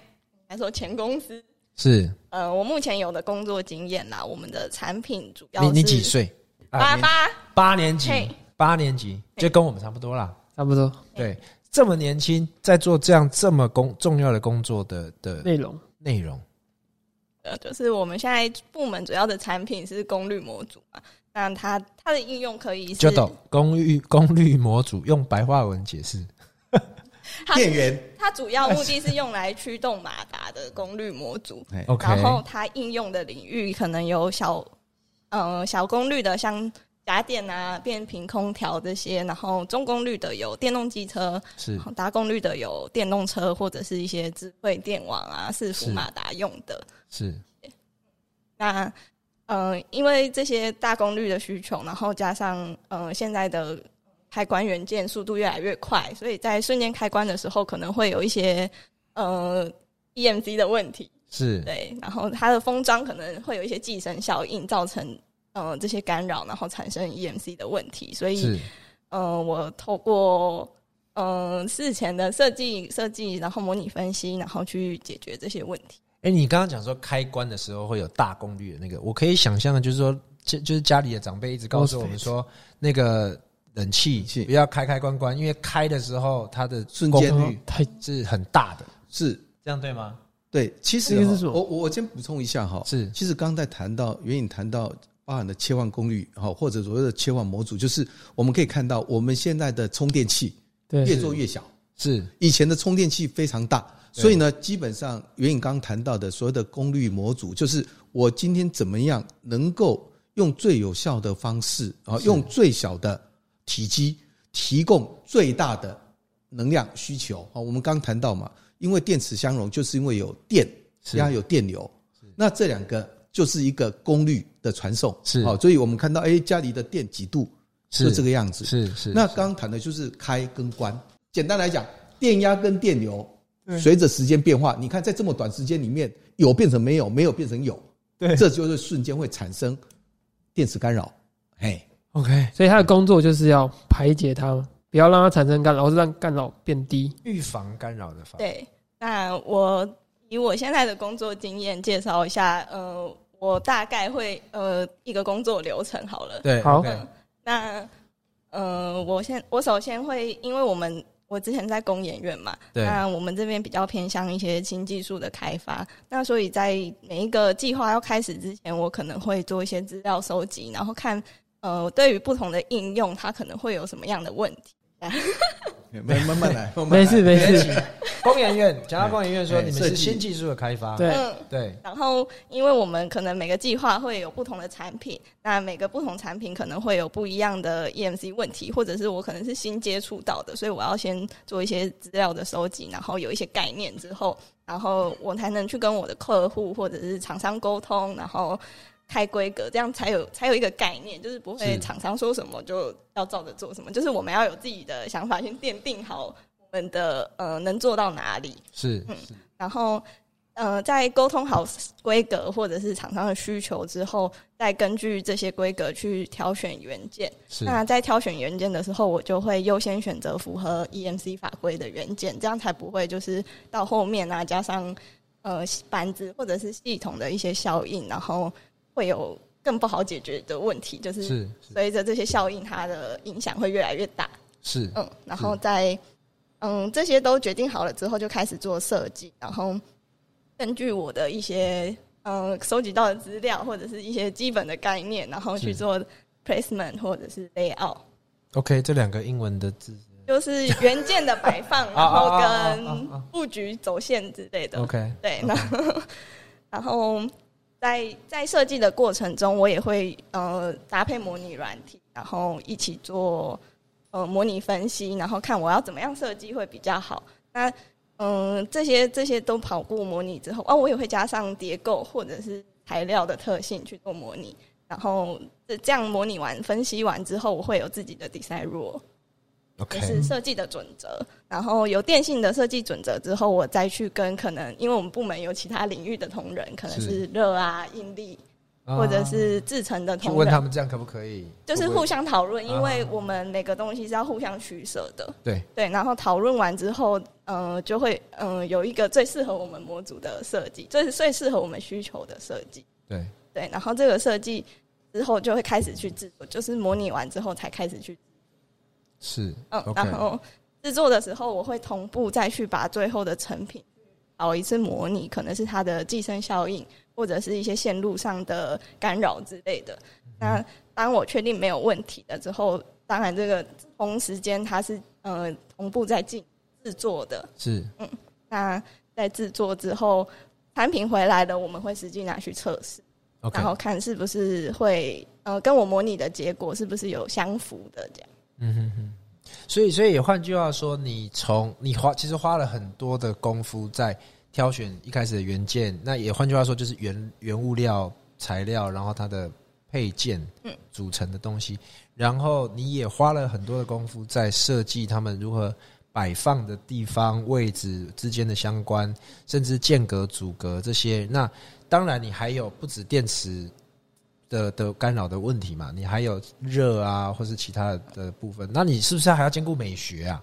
D: 来说前公司，
A: 是
D: 呃，我目前有的工作经验啦，我们的产品主要
A: 你
D: 是
A: 你几？岁？
D: 八
A: 啊
D: 八，
A: 八年
D: 嘿
A: 级，八年级就跟我们差不多啦。
B: 差不多
A: 对，这么年轻，在做这样这么工重要的工作的的
B: 内容。
A: 内容，
D: 呃，就是我们现在部门主要的产品是功率模组嘛，那它它的应用可以
A: 就是懂功率功率模组用白话文解释。
D: 它
C: 电源
D: 它主要目的是用来驱动马达的功率模组，
A: OK，
D: 然后它应用的领域可能有小呃小功率的像。家电啊，变频空调这些，然后中功率的有电动机车，
C: 哎
A: 是
D: 大功率的有电动车或者是一些智慧电网啊、伺服
A: 是
D: 马达用的。
A: 是
D: 那呃，因为这些大功率的需求，然后加上呃现在的开关元件速度越来越快，所以在瞬间开关的时候，可能会有一些呃 EMC 的问题，
A: 是
D: 对，然后它的封装可能会有一些寄生效应，造成呃这些干扰，然后产生 EMC 的问题，所以
A: 是
D: 呃，我透过呃事前的设计设计，然后模拟分析，然后去解决这些问题。
A: 哎、你刚刚讲说开关的时候会有大功率的那个，我可以想象的，就是说，就就是家里的长辈一直告诉我们说，那个冷气
C: 气
A: 不要开开关关，因为开的时候它的
C: 瞬间
A: 功
C: 率
A: 率
B: 哦太
A: 是很大的，
C: 是
A: 这样对吗？
C: 对。其实
B: 这个
C: 哦
B: 是什么
C: 我我我先补充一下哈，
A: 是
C: 其实刚才谈到原影谈到包含的切换功率哈，或者所谓的切换模组，就是我们可以看到我们现在的充电器越
B: 对，
C: 做越小，
A: 是
C: 以前的充电器非常大，
A: 对
C: 所以呢，基本上袁颖刚谈到的所有的功率模组，就是我今天怎么样能够用最有效的方式啊，用最小的体积提供最大的能量需求啊。我们刚谈到嘛，因为电池相容，就是因为有电，
A: 是
C: 加有电流，那这两个就是一个功率的传送
A: 是
C: 好，所以我们看到哎，家里的电几度就是这个样子，
A: 是是，
C: 那刚刚谈的就是开跟关，简单来讲，电压跟电流随着时间变化，你看在这么短时间里面，有变成没有，没有变成有，
A: 对
C: 这就是瞬间会产生电磁干扰。哎，
A: OK
B: 所以他的工作就是要排解它，不要让它产生干扰，或是让干扰变低。
A: 预防干扰的法，
D: 对，那我以我现在的工作经验介绍一下，呃，我大概会呃一个工作流程好了。
A: 对
B: 好
A: OK，
D: 那呃，我先我首先会，因为我们我之前在工研院嘛，
A: 对
D: 那我们这边比较偏向一些新技术的开发，那所以在每一个计划要开始之前，我可能会做一些资料收集，然后看呃，对于不同的应用，它可能会有什么样的问题。
C: 慢慢慢 来，慢慢来
B: 没事没事，
A: 工研院讲到工研院说，
C: 哎
A: 你们
C: 设
A: 是
C: 计
A: 新技术的开发，
B: 对
D: 嗯，
A: 对
D: 然后，因为我们可能每个计划会有不同的产品，那每个不同产品可能会有不一样的 EMC 问题，或者是我可能是新接触到的，所以我要先做一些资料的收集，然后有一些概念之后，然后我才能去跟我的客户或者是厂商沟通，然后开规格，这样才有才有一个概念，就是不会
A: 是
D: 厂商说什么就要照着做什么，就是我们要有自己的想法，先奠定好我们的呃能做到哪里，
A: 是
D: 然后呃，在沟通好规格或者是厂商的需求之后，再根据这些规格去挑选元件。
A: 是
D: 那在挑选元件的时候，我就会优先选择符合 EMC 法规的元件，这样才不会就是到后面啊，加上呃板子或者是系统的一些效应，然后会有更不好解决的问题，就是
A: 是
D: 随着这些效应，它的影响会越来越大。
A: 是
D: 嗯，然后再嗯这些都决定好了之后，就开始做设计，然后根据我的一些嗯收集到的资料或者是一些基本的概念，然后去
A: 是
D: 做 placement 或者是 layout，
A: ，OK，这两个英文的字
D: 就是元件的摆 放，然
A: 啊
D: 后跟布局走线之类的。
A: ，OK，
D: 对，然后然后在在设计的过程中，我也会呃搭配模拟软体，然后一起做呃模拟分析，然后看我要怎么样设计会比较好。那嗯、这些这些都跑过模拟之后，哦，我也会加上叠构或者是材料的特性去做模拟，然后这这样模拟完、分析完之后，我会有自己的 design rule。
A: OK，
D: 就是设计的准则，然后有电信的设计准则之后，我再去跟可能因为我们部门有其他领域的同仁，可能
A: 是
D: 是热啊、应力
A: 啊
D: 或者是制成的
A: 去
D: 同
A: 问他
D: 仁，
A: 们这样可不可以，
D: 就是
A: 会不
D: 互
A: 会
D: 相讨论，因为
A: 啊
D: 我们每个东西是要互相取舍的。
A: 对
D: 对，然后讨论完之后，呃，就会呃有一个最适合我们模组的设计，最最适合我们需求的设计。
A: 对
D: 对，然后这个设计之后就会开始去制作，就是模拟完之后才开始去
A: 是
D: 嗯，
A: ，OK，
D: 然后制作的时候，我会同步再去把最后的成品搞一次模拟，可能是它的寄生效应，或者是一些线路上的干扰之类的。
A: 嗯
D: 那当我确定没有问题了之后，当然这个同时间它是呃同步在进制作的。
A: 是
D: 那在制作之后，产品回来了，我们会实际拿去测试。
A: OK，
D: 然后看是不是会呃跟我模拟的结果是不是有相符的这样。
A: 嗯哼哼。所以，所以也换句话说，你从你花其实花了很多的功夫在挑选一开始的元件，那也换句话说就是原原物料材料，然后它的配件
D: 嗯
A: 组成的东西，然后你也花了很多的功夫在设计他们如何摆放的地方、位置之间的相关，甚至间隔、阻隔这些。那当然，你还有不止电池的的干扰的问题嘛，你还有热啊，或是其他的的部分。那你是不是还要兼顾美学 啊？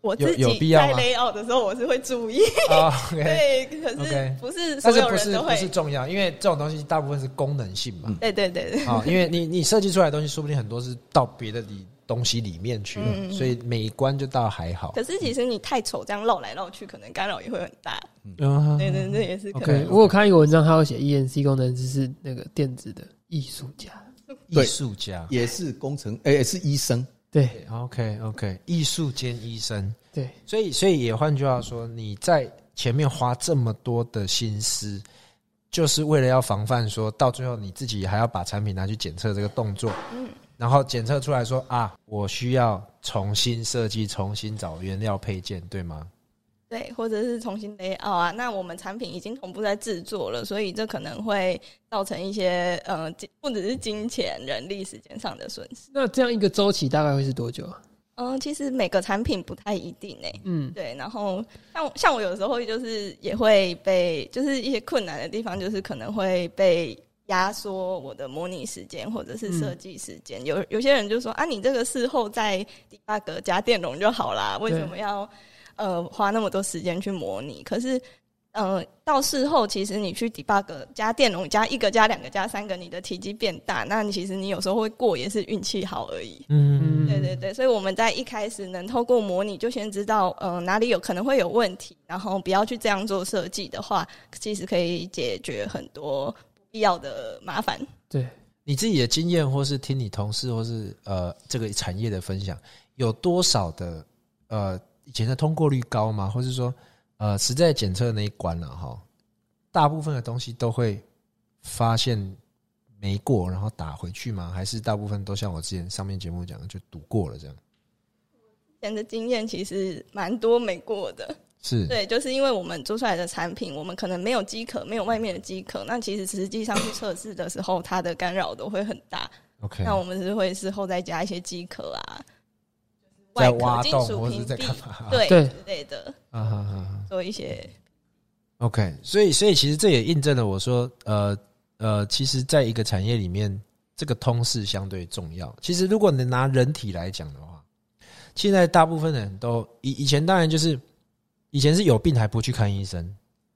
D: 我
A: 有
D: 自
A: 有必
D: 己
A: 要
D: 在
A: 吗
D: layout 的时候，我是会注意，
A: 啊，OK、o k
D: 对，可是
A: OK
D: 不是所
A: 但是
D: 有
A: 不
D: 人
A: 是
D: 都
A: 不是
D: 会，
A: 重要，因为这种东西大部分是功能性嘛。
D: 对对对对，
A: 啊、因为你你设计出来的东西，说不定很多是到别的里东西里面去了，
D: 嗯
A: 所以美观就倒还好。
D: 可是其实你太丑，这样绕来绕去，可能干扰也会很大，
A: 嗯
D: 对对，对，也是可能。
B: 对，我有看一个文章，他有写 E ENC 工程师是那个电子的艺术家。
A: 艺术家
C: 也是工程，哎、也是医生。
B: 对
A: ，OK OK，艺术兼医生，
B: 对，
A: 所以所以也换句话说，你在前面花这么多的心思，就是为了要防范说到最后你自己还要把产品拿去检测这个动作，
D: 嗯
A: 然后检测出来说啊，我需要重新设计，重新找原料配件，对吗？
D: 对，或者是重新 layout 啊，那我们产品已经同步在制作了，所以这可能会造成一些呃，金不只是金钱、人力、时间上的损失。
B: 那这样一个周期大概会是多久啊？
D: 嗯，其实每个产品不太一定欸诶、
B: 嗯，
D: 对，然后像像我有时候就是也会被，就是一些困难的地方，就是可能会被压缩我的模拟时间或者是设计时间。有有些人就说啊，你这个事后再 debug 加电容就好啦，为什么要呃花那么多时间去模拟？可是。呃，到事后其实你去 debug 加电容加一个加两个加三个，你的体积变大，那你其实你有时候会过也是运气好而已。
A: 嗯
D: 对对对，所以我们在一开始能透过模拟就先知道，呃，哪里有可能会有问题，然后不要去这样做设计的话，其实可以解决很多不必要的麻烦。
B: 对，
A: 你自己的经验，或是听你同事，或是呃这个产业的分享，有多少的呃以前的通过率高吗？或是说呃实在检测那一关了、哈，大部分的东西都会发现没过，然后打回去吗？还是大部分都像我之前上面节目讲的，就读过了这样？
D: 以前的经验其实蛮多没过的，
A: 是
D: 对，就是因为我们做出来的产品，我们可能没有机壳，没有外面的机壳，那其实实际上去测试的时候，它的干扰都会很大。
A: OK，
D: 那我们是会事后再加一些机壳啊，
A: 在
D: 外壳
A: 挖
D: 金
A: 洞
D: 属
A: 或是
D: 屏
A: 在
D: 蔽
A: 干嘛？
D: 对
B: 对
D: 之类的，
A: 啊哈哈哈
D: 做一些
A: OK，所以所以其实这也印证了我说，呃呃，其实在一个产业里面，这个通识相对重要。其实如果你拿人体来讲的话，现在大部分人都以以前当然就是以前是有病还不去看医生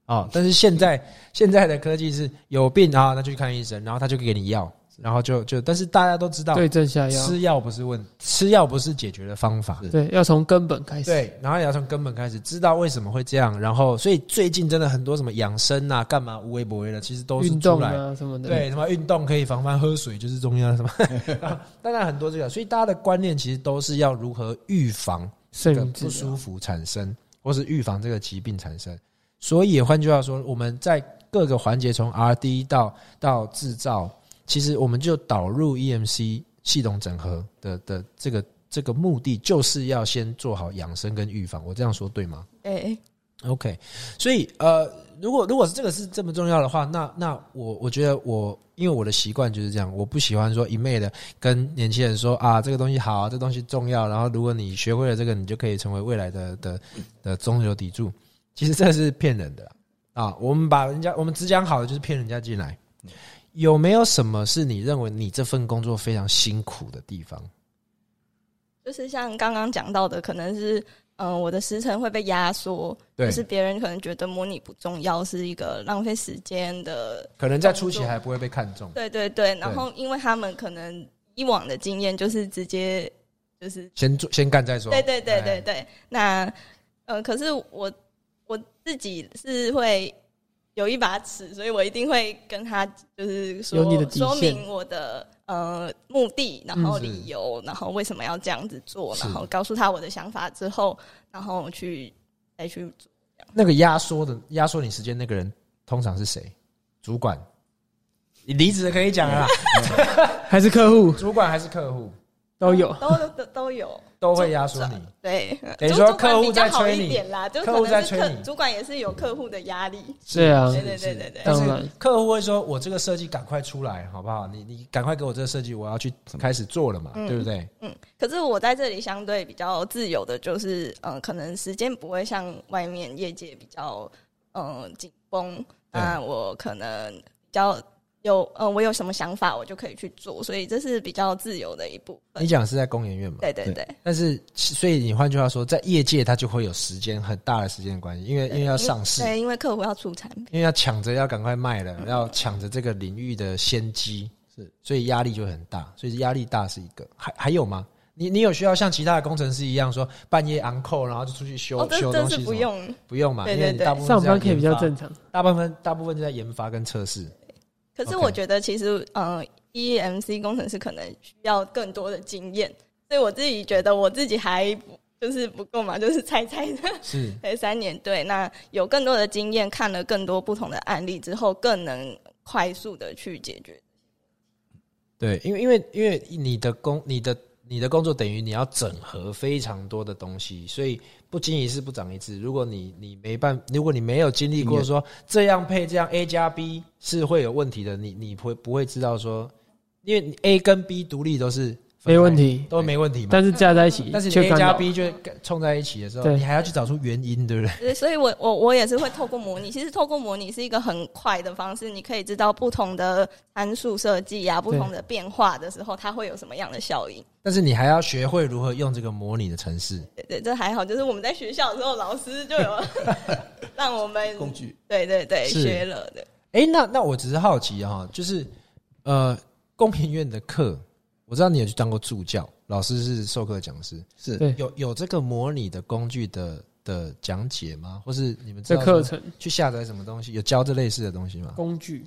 A: 啊、哦但是现在现在的科技是有病啊，那就去看医生，然后他就给你药，然后就就但是大家都知道，
B: 对症下药，
A: 吃药不是问，吃药不是解决的方法，
B: 对，要从根本开始。
A: 对，然后也要从根本开始知道为什么会这样，然后所以最近真的很多什么养生啊、干嘛无微不微的，其实都是
B: 运
A: 出
B: 动
A: 来。
B: 啊什么的，
A: 对，什么运动可以防范，喝水就是中央什么，然后 当然很多这个，所以大家的观念其实都是要如何预防这个
B: 甚至
A: 不舒服产生，或是预防这个疾病产生。所以换句话说，我们在各个环节，从 R D 到到制造，其实我们就导入 E M C 系统整合的的这个这个目的，就是要先做好养生跟预防。我这样说对吗？
D: 对，
A: OK，所以呃，如果如果是这个是这么重要的话，那那我我觉得我因为我的习惯就是这样，我不喜欢说一昧的跟年轻人说啊这个东西好、啊，这个东西重要，然后如果你学会了这个，你就可以成为未来的的的中流砥柱。其实这是骗人的啊！我们把人家我们只讲好的，就是骗人家进来。有没有什么是你认为你这份工作非常辛苦的地方？
D: 就是像刚刚讲到的，可能是嗯、呃我的时程会被压缩，
A: 对
D: 就，是别人可能觉得模拟不重要，是一个浪费时间的
A: 可能在初期还不会被看中，
D: 对对对，然后因为他们可能以往的经验就是直接就是，
A: 先做先干再说。
D: 对对对对
A: 哎，
D: 对。那呃，可是我我自己是会有一把尺，所以我一定会跟他就是说
B: 有你的底线
D: 说明我的呃目的，然后
A: 嗯
D: 理由，然后为什么要这样子做，
A: 是
D: 然后告诉他我的想法之后，然后去再去做。
A: 那个压缩的压缩你时间那个人通常是谁？主管，你离职的可以讲了啦，
B: 还是客户
A: 主管还是客户
B: 都有。
D: 都都都有，
A: 都会压缩你。
D: 对，
A: 等于
D: 就
A: 说
D: 主管
A: 客户
D: 比较
A: 在
D: 好
A: 催
D: 一
A: 你
D: 点啦，就
A: 客
D: 可
A: 户在
D: 能是
A: 催
D: 客
A: 你
D: 主管也是有客户的压力，
B: 对啊，
D: 对对对对对。
A: 但是
B: 当然
A: 客户会说：“我这个设计赶快出来，好不好？你你赶快给我这个设计，我要去开始做了嘛，
D: 嗯
A: 对不对
D: 嗯，可是我在这里相对比较自由的，就是呃，可能时间不会像外面业界比较嗯紧绷，那我可能比较有呃，我有什么想法，我就可以去做，所以这是比较自由的一部？”分
A: 你。讲的是在工研院嘛？
D: 对对对，
A: 但是，所以你换句话说，在业界它就会有时间很大的时间的关系，因为因为要上市，
D: 对，因为客户要出产品，
A: 因为要抢着要赶快卖了，要抢着这个领域的先机，是，所以压力就会很大，所以压力大是一个。还还有吗？你你有需要像其他的工程师一样说半夜 on call，然后就出去修、
D: 哦，这
A: 修
D: 这
A: 东
D: 是
A: 西？
D: 不，用。
A: 不用嘛，
D: 对
A: 因为
D: 对
A: 你
D: 对
A: 大部分
B: 上
A: 是在
B: 班可以比较
A: 研发
B: 正，常，
A: 大部分大部分就在研发跟测试。
D: 可是
A: OK
D: 我觉得其实呃，EMC 工程师可能需要更多的经验，所以我自己觉得我自己还不就是不够嘛，就是猜猜的。
A: 是
D: 对，三年对，那有更多的经验，看了更多不同的案例之后，更能快速的去解决。
A: 对，因为因为因为你的工你的你的工作等于你要整合非常多的东西，所以不经一事不长一智。如果你你没办，如果你没有经历过说这样配这样 A 加 B 是会有问题的，你你不会不会知道说，因为你 A 跟 B 独立都是分开
B: 没问题。
A: 都没问题嘛。
B: 但是加在一起，
A: 但是你
B: 却
A: A
B: 看
A: 加
B: 到
A: B 就冲在一起的时候，
B: 对
A: 你还要去找出原因，对不 对？
D: 对所以我我我也是会透过模拟，其实透过模拟是一个很快的方式，你可以知道不同的参数设计啊，不同的变化的时候，它会有什么样的效应。
A: 但是你还要学会如何用这个模拟的城市。
D: 对对，这还好，就是我们在学校的时候，老师就 有让我们
C: 工具
D: 对对对
A: 是
D: 学了的。
A: 哎、那那我只是好奇哈、就是呃，工研院的课，我知道你有去当过助教，老师是授课讲师，
C: 是
B: 对
A: 有有这个模拟的工具的的讲解吗？或是你们知
B: 这
A: 道
B: 课
A: 说
B: 程
A: 去下载什么东西，有教这类似的东西吗？
B: 工具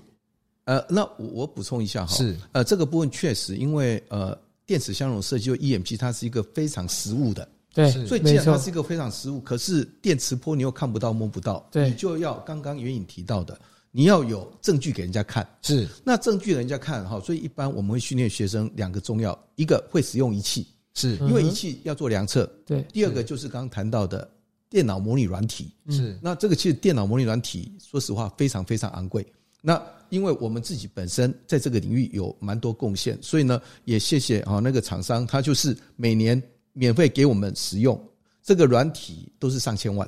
C: 呃，那我我补充一下哈，
A: 是
C: 呃，这个部分确实因为呃，电子相容设计就 EMP，它是一个非常实物的，
B: 对，
A: 是
C: 所以既
B: 没
C: 然它
B: 错
C: 是，一个非常实物，可是电磁波你又看不到摸不到，
B: 对
C: 你就要刚刚袁颖提到的，你要有证据给人家看，
A: 是
C: 那证据人家看哈，所以一般我们会训练学生两个重要，一个会使用仪器，
A: 是
B: 嗯
C: 因为仪器要做量测；
B: 对
C: 第二个就是刚刚谈到的电脑模拟软体，
B: 嗯
A: 是
C: 那这个其实电脑模拟软体，说实话非常非常昂贵。那因为我们自己本身在这个领域有蛮多贡献，所以呢，也谢谢啊那个厂商，他就是每年免费给我们使用这个软体，都是上千万。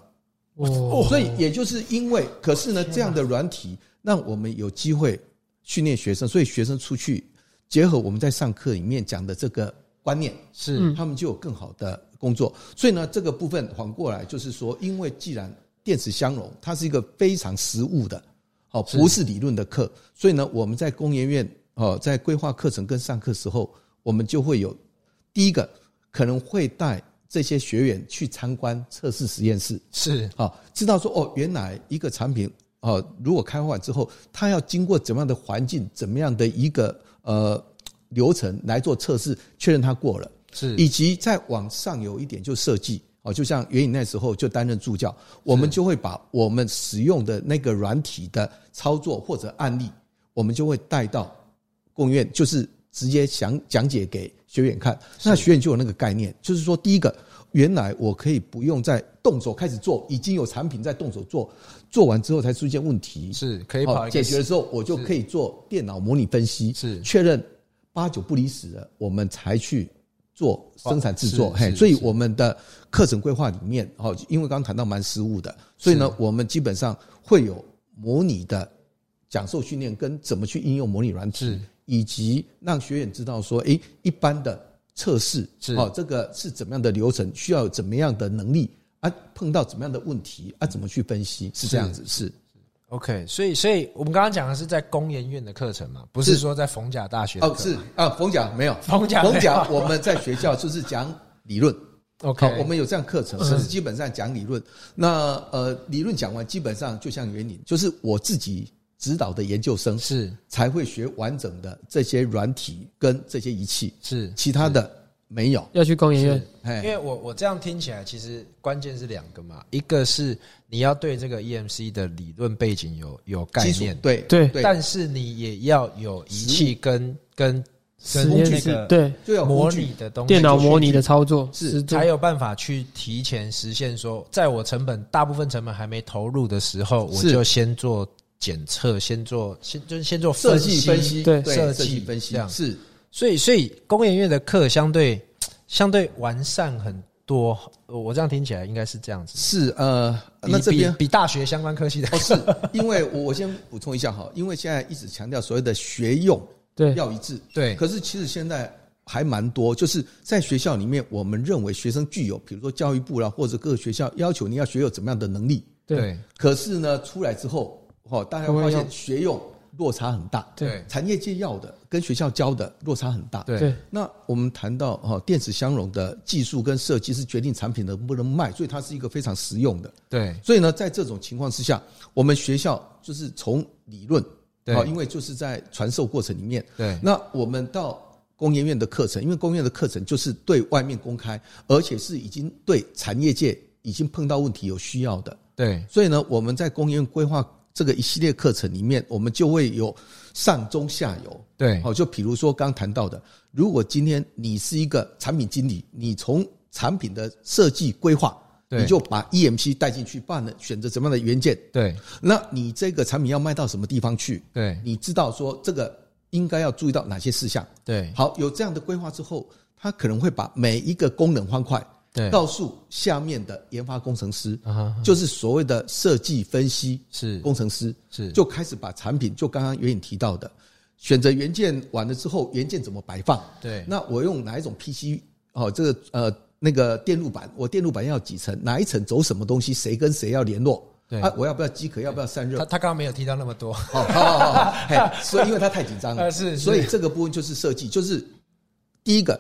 B: 哦，
C: 所以也就是因为，可是呢，这样的软体让我们有机会训练学生，所以学生出去结合我们在上课里面讲的这个观念，
A: 是
B: 嗯
C: 他们就有更好的工作。所以呢，这个部分反过来就是说，因为既然电子相容，它是一个非常实务的，哦，
A: 是
C: 不是理论的课，所以呢，我们在工研院哦，在规划课程跟上课时候，我们就会有第一个可能会带这些学员去参观测试实验室。
A: 是
C: 啊，知道说哦，原来一个产品哦，如果开发完之后，它要经过怎么样的环境，怎么样的一个呃流程来做测试，确认它过了，
A: 是
C: 以及再往上有一点就设计。哦，就像袁颖那时候就担任助教，我们就会把我们使用的那个软体的操作或者案例，我们就会带到公院，就是直接讲讲解给学员看。那学员就有那个概念，就是说，第一个，原来我可以不用再动手开始做，已经有产品在动手做，做完之后才出现问题，
A: 是可以
C: 哦
A: 跑一个
C: 解决的时候，我就可以做电脑模拟分析，
A: 是
C: 确认八九不离十了，我们才去做生产制作。
A: 哦是
C: 嘿，
A: 是
C: 所以
A: 是
C: 我们的课程规划里面，哦，因为刚刚谈到蛮实务的，所以呢
A: 是，
C: 我们基本上会有模拟的讲授训练跟怎么去应用模拟软体
A: 是，
C: 以及让学员知道说，诶，一般的测试
A: 是
C: 哦，这个是怎么样的流程，需要有怎么样的能力。啊，碰到怎么样的问题啊？怎么去分析？是这样子，哦是
A: OK，所以所以我们刚刚讲的是在工研院的课程嘛，不是
C: 是
A: 说在冯甲大学的
C: 哦，
A: 课
C: 是
A: 嘛
C: 啊，冯甲没有，
A: 冯甲
C: 冯甲
A: 没有
C: 我们在学校就是讲 理论，好
A: OK，，嗯
C: 我们有这样课程，就是基本上讲理论。那呃，理论讲完，基本上就像园林，就是我自己指导的研究生
A: 是
C: 才会学完整的这些软体跟这些仪器，
A: 是
C: 其他的没有。
B: 要去工研
A: 是
B: 院，
C: 哎，
A: 因为我我这样听起来，其实关键是两个嘛，一个是你要对这个 EMC 的理论背景有有概
C: 基础
A: 念，
C: 对
B: 对
C: 对，
A: 但是你也要有仪器跟跟
B: 实
A: 跟
B: 验
A: 那
B: 室
A: 个
B: 对
C: 就要
A: 模
C: 啊模具
A: 拟的东西，
B: 电脑模拟的操作
C: 是
B: 实作
A: 才有办法去提前实现说，在我成本大部分成本还没投入的时候，我
C: 是
A: 就先做检测，先做先就是先做
C: 设
A: 分
C: 计
A: 析
C: 分析，
B: 对
A: 设
C: 设
A: 计
C: 计分析
A: 这样
C: 是
A: 所以，所以工研院的课相对相对完善很多。我我这样听起来应该是这样子。
C: 是呃，
A: 比
C: 那这边
A: 比比大学相关科系的
C: 哦，是因为我我先补充一下哈，因为现在一直强调所谓的学用
B: 对
C: 要一致，
A: 对
C: 可是其实现在还蛮多，就是在学校里面，我们认为学生具有，比如说教育部啦，或者各个学校要求你要学有怎么样的能力，
A: 对
C: 可是呢，出来之后，哦，大家
B: 不会
C: 发
B: 用
C: 现学用落差很大，
A: 对
C: 产业界要的跟学校教的落差很大，
A: 对
B: 对
C: 那我们谈到哈、哦，电子相容的技术跟设计是决定产品能不能卖，所以它是一个非常实用的。
A: 对
C: 所以呢，在这种情况之下，我们学校就是从理论，
A: 对
C: 啊，因为就是在传授过程里面，
A: 对
C: 那我们到工研院的课程，因为工研院的课程就是对外面公开，而且是已经对产业界已经碰到问题有需要的，
A: 对
C: 所以呢，我们在工研院规划这个一系列课程里面，我们就会有上中下游，
A: 对
C: 哦，就比如说刚谈到的，如果今天你是一个产品经理，你从产品的设计规划，
A: 对
C: 你就把 EMC 带进去，办了选择怎么样的元件，
A: 对
C: 那你这个产品要卖到什么地方去？
A: 对
C: 你知道说这个应该要注意到哪些事项？
A: 对
C: 好，有这样的规划之后，他可能会把每一个功能方块
A: 对
C: 告诉下面的研发工程师，
A: 啊哈
C: 就是所谓的设计分析
A: 是
C: 工程师。
A: 是
C: 就开始把产品，就刚刚袁颖提到的，选择元件完了之后，元件怎么摆放？
A: 对
C: 那我用哪一种 PC？哦，这个呃那个电路板，我电路板要几层？哪一层走什么东西？谁跟谁要联络？
A: 对
C: 啊，哦我要不要机壳？要不要散热
A: 他？他刚刚没有提到那么多，
C: 好好好好，嘿，所以因为他太紧张
A: 呃
C: 了，
A: 是是
C: 所以这个部分就是设计，就是第一个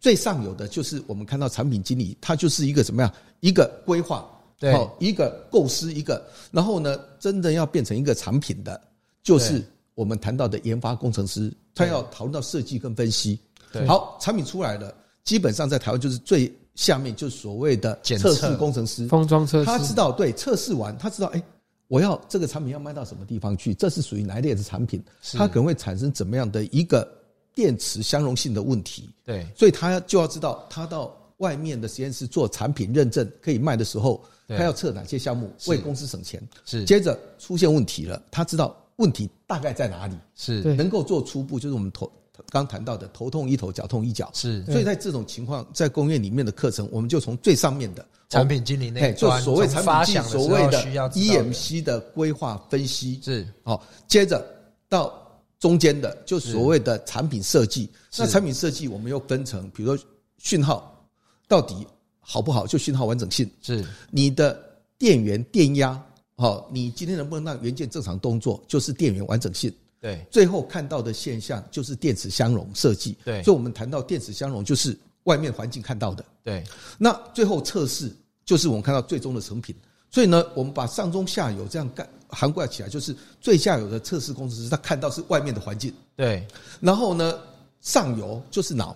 C: 最上游的，就是我们看到产品经理，他就是一个怎么样，一个规划，
A: 对
C: 哦，一个构思，一个，然后呢，真的要变成一个产品的，就是
A: 对
C: 我们谈到的研发工程师，他要讨论到设计跟分析
A: 对。
C: 好，产品出来了，基本上在台湾就是最下面就是所谓的
A: 检测
C: 测试工程师，
B: 封装测
C: 他知
B: 试，
C: 道，对，测试完他知道，哎、我要这个产品要卖到什么地方去，这是属于哪一类的产品，
A: 是
C: 它可能会产生怎么样的一个电池相容性的问题，
A: 对
C: 所以他就要知道，他到外面的实验室做产品认证可以卖的时候，
A: 对
C: 他要测哪些项目为公司省钱。
A: 是
C: 接着出现问题了，他知道问题大概在哪里，
A: 是
B: 对
C: 能够做初步，就是我们投刚谈到的头痛一头，脚痛一脚。
A: 是
C: 所以在这种情况，在工业里面的课程，我们就从最上面的
A: 产品经理那
C: 哎，
A: 一
C: 就
A: 端
C: 所谓
A: 从
C: 产
A: 发
C: 品经
A: 想
C: 理
A: 时
C: 所
A: 候
C: 谓的 E
A: 需要知道的
C: EMC 的规划分析，
A: 是
C: 好、接着到中间的就所谓的产品设计。
A: 是
C: 那产品设计我们又分成，比如说讯号到底好不好，就讯号完整性，
A: 是
C: 你的电源电压，好、你今天能不能让元件正常动作，就是电源完整性。
A: 对
C: 最后看到的现象就是电池相容设计。
A: 对
C: 所以我们谈到电池相容，就是外面环境看到的。
A: 对
C: 那最后测试就是我们看到最终的成品。所以呢，我们把上中下游这样干涵盖起来，就是最下游的测试工程师他看到是外面的环境，
A: 对
C: 然后呢，上游就是脑。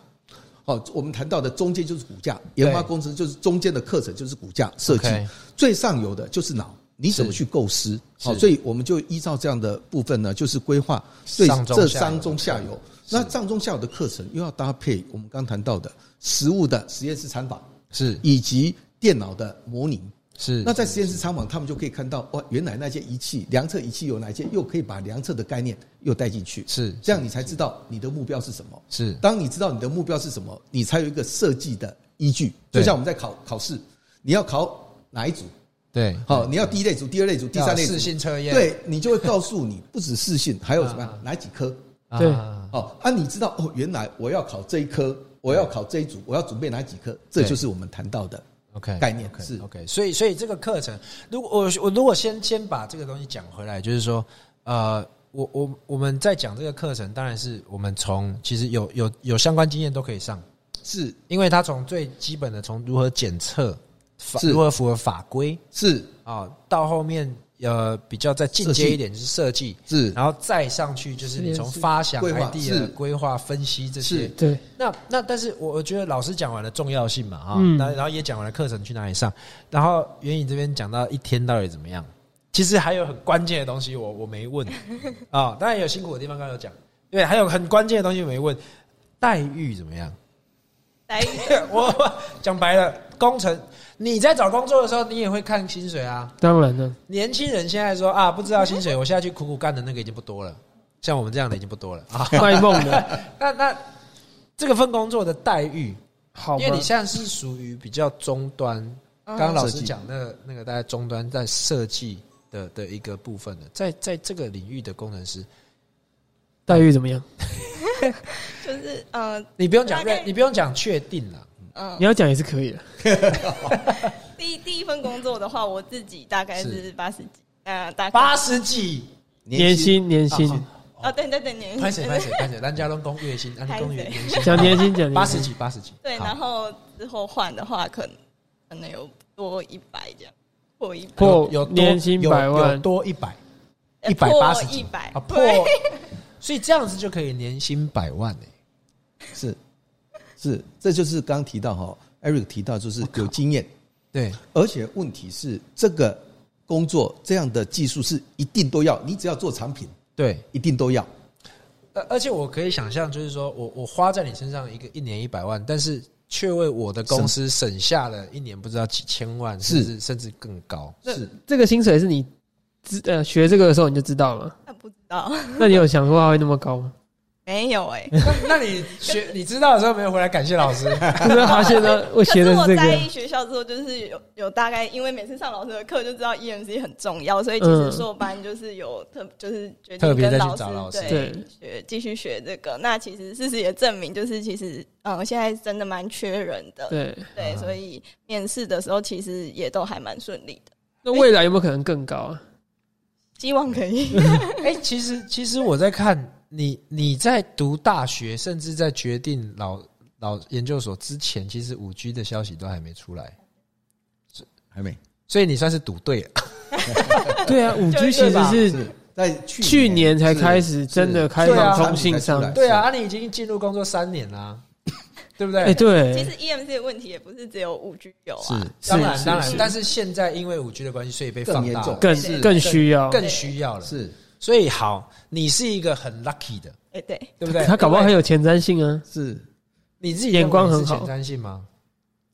C: 好，我们谈到的中间就是骨架，研发
A: 对
C: 工程就是中间的课程就是骨架设计
A: OK
C: 最上游的就是脑，你怎么
A: 是
C: 去构思？好，
A: 是
C: 所以我们就依照这样的部分呢，就是规划对
A: 上中
C: 这
A: 下游
C: 上中下游。那上中下游的课程又要搭配我们刚谈到的实物的实验室参访，
A: 是
C: 以及电脑的模拟。
A: 是
C: 那在实验室参访，他们就可以看到，哇，原来那些仪器量测仪器有哪些，又可以把量测的概念又带进去，
A: 是
C: 这样你才知道你的目标是什么。
A: 是
C: 当你知道你的目标是什么，你才有一个设计的依据。
A: 对
C: 就像我们在考考试，你要考哪一组？
A: 对
C: 好，你要第一类组、第二类组、第三类
A: 要有
C: 组
A: 试，性测验
C: 对你就会告诉你，不止试性，还有什么
A: 啊
C: 呀哪几科？
B: 对
A: 啊
C: 哦，啊，你知道哦，原来我要考这一科，我要考这一组，我要准备哪几科？这
A: 对
C: 就是我们谈到的
A: OK
C: 概念
A: OK，
C: 是
A: OK，所以所以这个课程，如果我我如果先先把这个东西讲回来，就是说，呃，我我我们在讲这个课程，当然是我们从其实有有有相关经验都可以上，
C: 是
A: 因为它从最基本的从如何检测法
C: 是
A: 如何符合法规
C: 是
A: 啊、到后面呃比较再进阶一点就是设计，
C: 是
A: 然后再上去就是你从发想、
C: 规划
A: idea、
C: 是
A: 规划、分析这些
C: 是。
B: 对，
A: 那那但是我我觉得老师讲完了重要性嘛啊，
B: 嗯
A: 那、然后也讲完了课程去哪里上，然后袁颖这边讲到一天到底怎么样，其实还有很关键的东西我我没问 啊、当然有辛苦的地方刚刚有讲，对，还有很关键的东西没问，待遇怎么样？
D: 来，
A: 我我讲白了，工程你在找工作的时候，你也会看薪水啊。
B: 当然了，
A: 年轻人现在说啊，不知道薪水，我下去苦苦干的那个已经不多了，像我们这样的已经不多了啊。
B: 卖梦的
A: 那那这个份工作的待遇，
B: 好吗
A: 因为你现在是属于比较终端，刚
D: 啊
A: 刚老师讲那个那个大概终端在设计的的一个部分的，在在这个领域的工程师，
B: 待遇怎么样？
D: 就是嗯
A: 你不用讲
D: 大概
A: 认，你不用讲确定了，
D: 嗯
B: 你，要讲也是可以的，
D: 第一第一份工作的话，我自己大概是八十几，呃，大概
A: 八十几，
B: 年薪年薪
A: 啊
D: 哦，对对对，年
A: 拍谁拍谁拍谁，咱家龙工月薪，咱家公月
D: 拍
A: 年薪，
B: 讲年薪讲年薪
A: 八十几八十几，
D: 对，
A: 好
D: 然后之后换的话，可能可能有多一百这样，破一百，
B: 破
A: 有有多
B: 年薪
A: 有
B: 百万
A: 有多一百
D: 呃
A: 一百八十
D: 破
A: 几
D: 一百
A: 啊，破
D: 对，
A: 所以这样子就可以年薪百万欸诶、
C: 是是，这就是刚提到哈，Eric 提到就是有经验，
A: 对，
C: 而且问题是这个工作这样的技术是一定都要，你只要做产品
A: 对，
C: 一定都要，
A: 而呃而且我可以想象，就是说我我花在你身上一个一年一百万，但是却为我的公司省下了一年不知道几千万，
C: 是
A: 甚至甚至更高。
C: 是
B: 这个薪水是你知呃学这个的时候你就知道了吗，
D: 那不知 道，
B: 那你有想过它会那么高吗？
D: 没有哎，
A: 那那你学你知道的时候没有回来感谢老师，
B: 就是发现呢，我
D: 可
B: 学
D: 是
B: 的
D: 我
B: 这
D: 在
B: 个，
D: 学校之后，就是有有大概，因为每次上老师的课就知道 EMC 很重要，所以其实
B: 嗯
D: 硕班就是有特就是决
A: 特
D: 定
A: 别再
D: 跟
A: 去
D: 老师
A: 找老师
D: 对
B: 对
D: 学继续学这个。那其实事实也证明，就是其实嗯、呃现在真的蛮缺人的，
B: 对，
D: 对，所以面试的时候其实也都还蛮顺利的，
B: 那未来有没有可能更高啊？
D: 希望可以。
A: 哎、其实其实我在看你，你在读大学，甚至在决定老老研究所之前，其实五 G 的消息都还没出来，
C: 还没
A: 所以你算是赌对了。
B: 对啊，五 G 其实
D: 对吧
B: 是
C: 在
B: 去
C: 去
B: 年才开
C: 是
B: 始真的开
A: 对啊
B: 放通信
C: 产品才出
B: 上，
C: 来
A: 对啊，啊你已经进入工作三年啦、 对不对？
B: 哎，
D: 其
B: 对
D: 实，EMC 的问题也不是只有五 G 有啊，
C: 是
A: 当
B: 是
A: 然当
B: 是
A: 然，
B: 是
A: 但是现在因为五 G 的关系，所以被
C: 更
A: 放
C: 严
A: 大
C: 重
A: 了，
B: 更
D: 是
B: 更需要，
A: 更需要了。
C: 是
A: 所以好，你是一个很 lucky 的，
D: 哎、对，
A: 对不对？
B: 他搞不好很有前瞻性啊，
C: 是
A: 你自己
B: 眼光很好
A: 前瞻性吗？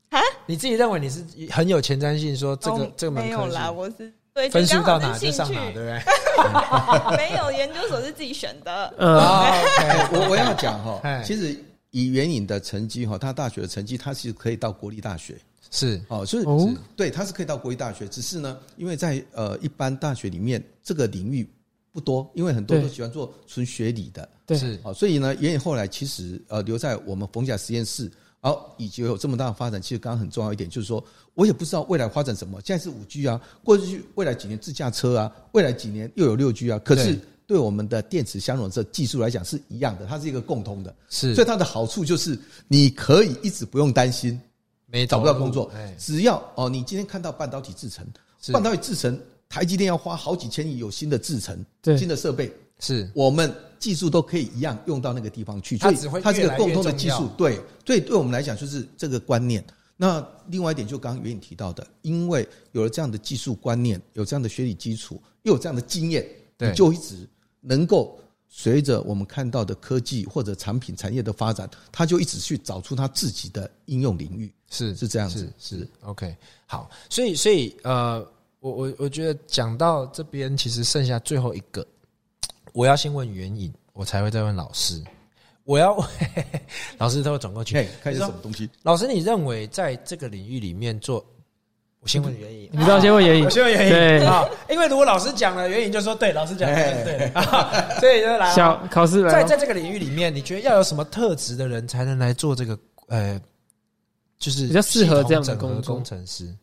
D: 啊，
A: 你自己认为你是很有前瞻性，说这个
D: 哦
A: 这个门
D: 没有
A: 科系
D: 啦，我是对，就
A: 分数到
D: 刚好
A: 哪
D: 是
A: 就
D: 兴
A: 上
D: 趣
A: 哪，，对不对？
D: 没有研究所是自己选的。
B: 嗯，
A: 啊，OK，
C: 哎我我要讲哈、
A: 哎
C: 其实以袁颖的成绩哈、他大学的成绩，他是可以到国立大学，
A: 是
C: 哦，所以、
B: 哦
C: 是对，他是可以到国立大学，只是呢，因为在呃一般大学里面这个领域不多，因为很多
B: 对
C: 都喜欢做纯学理的，
B: 对，
A: 是
C: 哦，所以呢，袁颖后来其实呃留在我们冯甲实验室，然后以及有这么大的发展，其实刚刚很重要一点就是说，我也不知道未来发展什么，现在是五 G 啊，过去未来几年自驾车啊，未来几年又有六 G 啊，可是
A: 对
C: 对我们的电池相容这技术来讲是一样的，它是一个共通的，
A: 是，
C: 所以它的好处就是你可以一直不用担心。
A: 没
C: 找不到工作
A: 哎，
C: 只要哦，你今天看到半导体制程，
A: 是
C: 半导体制程，台积电要花好几千亿有新的制程、
B: 对
C: 新的设备，
A: 是
C: 我们技术都可以一样用到那个地方去，
A: 它
C: 所以
A: 只会
C: 它是一
A: 越
C: 个
A: 来越
C: 共通的技
A: 重
C: 术
A: 要。
C: 对，所以对我们来讲就是这个观念。那另外一点，就刚刚袁颖提到的，因为有了这样的技术观念，有这样的学理基础，又有这样的经验，
A: 对
C: 你就一直能够随着我们看到的科技或者产品产业的发展，他就一直去找出他自己的应用领域。
A: 是
C: 是这样子
A: 是
C: 是
A: OK。好，所以所以呃，我我我觉得讲到这边，其实剩下最后一个，我要先问原因，我才会再问老师。我要 老师都会转过去
C: 哎，， 看一下什么东西。
A: 老师，你认为在这个领域里面做，我先问原因。
B: 你不知道先问原因
A: 我，先问原因
B: 对
A: 啊，因为如果老师讲了，原因就说对，老师讲的对啊，所以就来了。
B: 小哦考试来
A: 在
B: 了
A: 在这个领域里面，你觉得要有什么特质的人才能来做这个呃，就是
B: 比较适合这样
A: 系
B: 的
A: 统整合
B: 工作
A: 工程师？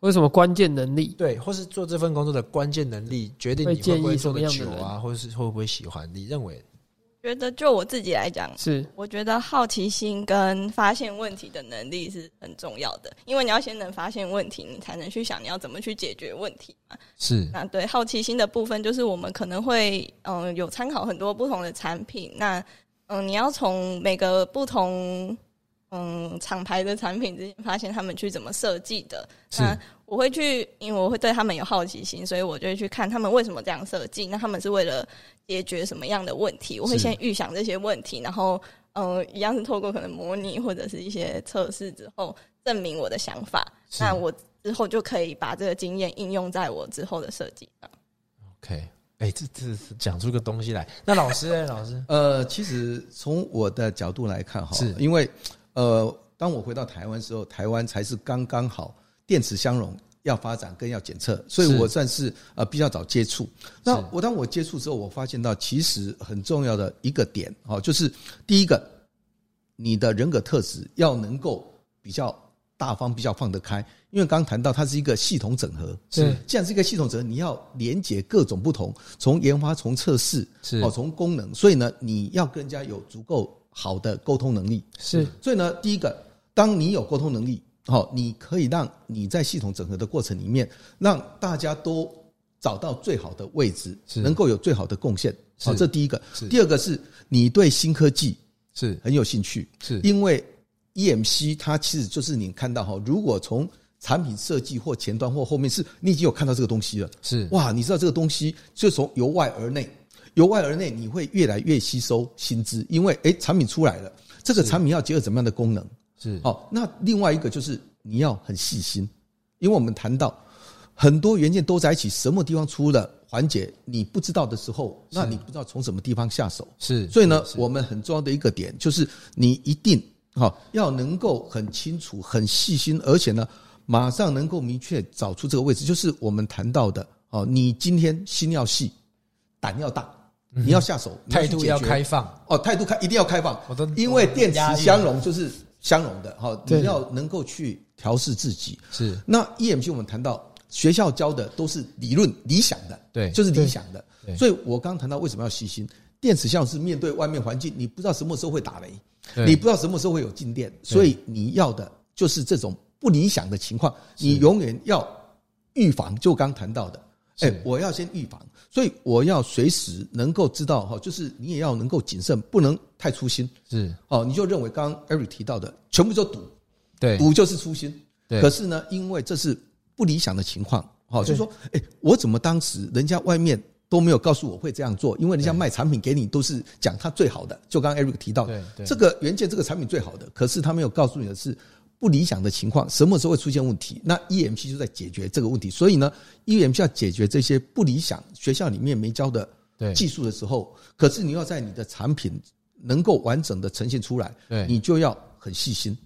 B: 或者什么关键能力，
A: 对，或是做这份工作的关键能力，决定
B: 会
A: 你会不
B: 建
A: 会
B: 议
A: 做
B: 什么
A: 的
B: 样的
A: 久啊，或者是会不会喜欢？你认为
D: 觉得就我自己来讲，
B: 是
D: 我觉得好奇心跟发现问题的能力是很重要的，因为你要先能发现问题，你才能去想你要怎么去解决问题嘛。
A: 是
D: 那对好奇心的部分，就是我们可能会嗯、呃有参考很多不同的产品，那嗯、呃你要从每个不同嗯厂牌的产品之间发现他们去怎么设计的。
A: 是
D: 那我会去，因为我会对他们有好奇心，所以我就会去看他们为什么这样设计，那他们是为了解决什么样的问题？我会
A: 是
D: 先预想这些问题，然后嗯、呃一样是透过可能模拟或者是一些测试之后，证明我的想法。
A: 是
D: 那我之后就可以把这个经验应用在我之后的设计上。
A: OK？哎、这这这讲出个东西来。那老师呢？老师
C: 呃，其实从我的角度来看哈，
A: 是
C: 因为呃，当我回到台湾的时候，台湾才是刚刚好电池相容要发展跟要检测，所以
A: 是
C: 我算是呃比较早接触。那我当我接触之后，我发现到其实很重要的一个点哦，就是第一个，你的人格特质要能够比较大方、比较放得开，因为刚刚谈到它是一个系统整合，
B: 对
C: 既然是一个系统整合，你要连接各种不同，从研发、从测试、
A: 是
C: 哦，从功能，所以呢，你要跟人家有足够好的沟通能力。
B: 是
C: 所以呢，第一个，当你有沟通能力，好、你可以让你在系统整合的过程里面，让大家都找到最好的位置，
A: 是
C: 能够有最好的贡献。好、
A: 是
C: 这第一个
A: 是。
C: 第二个是你对新科技
A: 是
C: 很有兴趣，
A: 是
C: 因为 EMC 它其实就是你看到哈，如果从产品设计或前端或后面是你已经有看到这个东西了，
A: 是
C: 哇，你知道这个东西就从由外而内，由外而内，你会越来越吸收薪资，因为诶、产品出来了，这个产品要结合怎么样的功能？
A: 是
C: 哦，那另外一个就是你要很细心，因为我们谈到很多元件都在一起，什么地方出了环节你不知道的时候，那你不知道从什么地方下手。
A: 是，
C: 所以呢，
A: 是
C: 我们很重要的一个点就是，你一定哈、要能够很清楚、很细心，而且呢，马上能够明确找出这个位置，就是我们谈到的哦，你今天心要细，胆要大，你要下手，
A: 嗯
C: 你
A: 态
C: 去
A: 度
C: 解
A: 要
C: 决
A: 开放，
C: 哦，态度开一定要开放，
A: 我都
C: 因为电
A: 我都压抑
C: 池
A: 了
C: 相容就是相容的哈、
B: 对
C: 你要能够去调试自己。
A: 是
C: 那 EMG 我们谈到学校教的都是理论理想的，
A: 对
C: 就是理想
A: 对
C: 的。所以我刚谈到为什么要细心，电池像是面对外面环境，你不知道什么时候会打雷，
A: 对
C: 你不知道什么时候会有静电，所以你要的就是这种不理想的情况，你永远要预防。就刚谈到的，哎、
A: 是
C: 我要先预防，所以我要随时能够知道哈，就是你也要能够谨慎，不能太粗心
A: 是，
C: 哦。你就认为刚刚 Eric 提到的，全部就赌，
A: 对
C: 赌就是粗心。
A: 对
C: 可是呢，因为这是不理想的情况，好、就是说，哎、我怎么当时人家外面都没有告诉我会这样做？因为人家
A: 对
C: 卖产品给你都是讲它最好的，就刚刚 Eric 提到的
A: 对对
C: 这个原件这个产品最好的，可是他没有告诉你的是。不理想的情况，什么时候会出现问题？那 EMC 就在解决这个问题。所以呢，EMC 要解决这些不理想学校里面没教的
A: 对
C: 技术的时候，可是你要在你的产品能够完整的呈现出来，
A: 对
C: 你就要很细心，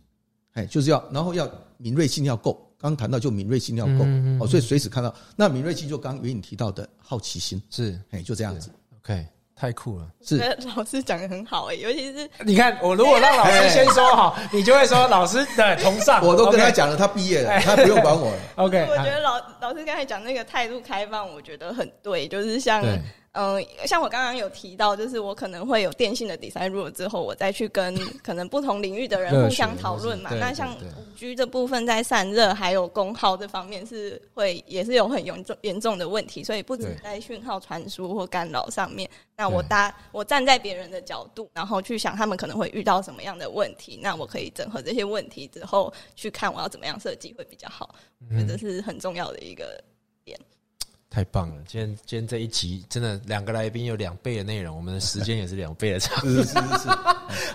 C: 哎，就是要，然后要敏锐性要够。刚谈到就敏锐性要够
A: 嗯嗯嗯
C: 哦，所以随时看到那敏锐性就刚云你提到的好奇心，
A: 是
C: 哎，就这样子
A: OK，太酷了。
C: 是。
D: 觉得 老师讲的很好哎、尤其是
A: 你看，我如果让老师先说好， 你就会说老师的同上，
C: 我都跟他讲了，他毕业了，他不用管我了。
A: OK，
D: 我觉得老
A: 啊
D: 老师刚才讲那个态度开放，我觉得很对，就是像
A: 对
D: 嗯，像我刚刚有提到，就是我可能会有电信的 design rule 之后，我再去跟 可能不同领域的人
A: 热
D: 互
A: 血
D: 相讨论嘛
A: 或。是对
D: 那像
A: 对对
D: 五 G 这部分在散热还有功耗这方面是会也是有很严重严重的问题，所以不
A: 对
D: 止在讯号传输或干扰上面，那我
A: 对
D: 搭我站在别人的角度，然后去想他们可能会遇到什么样的问题，那我可以整合这些问题之后去看我要怎么样设计会比较好，我
A: 嗯
D: 觉得这是很重要的一个
A: 太棒了！今天今天这一集真的两个来宾有两倍的内容，我们的时间也是两倍的 长。
C: 是是是是，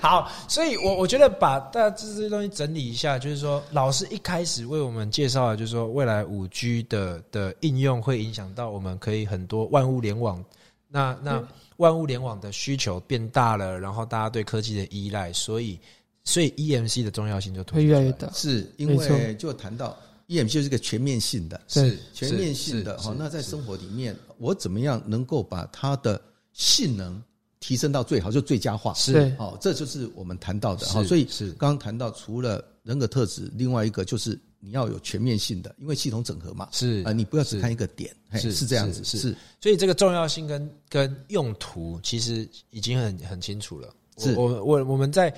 A: 好，所以我我觉得把大这些东西整理一下，就是说老师一开始为我们介绍了，就是说未来五 G 的的应用会影响到我们可以很多万物联网，那那万物联网的需求变大了，然后大家对科技的依赖，所以所以 EMC 的重要性就凸
B: 会
A: 显
B: 越来
A: 出
B: 越
A: 来
B: 大
A: 了。
C: 是因
B: 没错
C: 为就谈到 EMC 是个全面性的，
B: 对
A: 是
C: 全面性的
A: 是
C: 哈。
A: 是
C: 那在
A: 是
C: 生活里面，我怎么样能够把它的性能提升到最好，就最佳化？
A: 是
B: 对
C: 好，这就是我们谈到的
A: 是
C: 哈。所以
A: 是
C: 刚刚谈到，除了人格特质，另外一个就是你要有全面性的，因为系统整合嘛，
A: 是
C: 啊，你不要只
A: 是
C: 看一个点，嘿
A: 是
C: 是这样子，
A: 是
C: 是
A: 所以这个重要性跟跟用途其实已经很很清楚了。我
C: 是
A: 我我我们在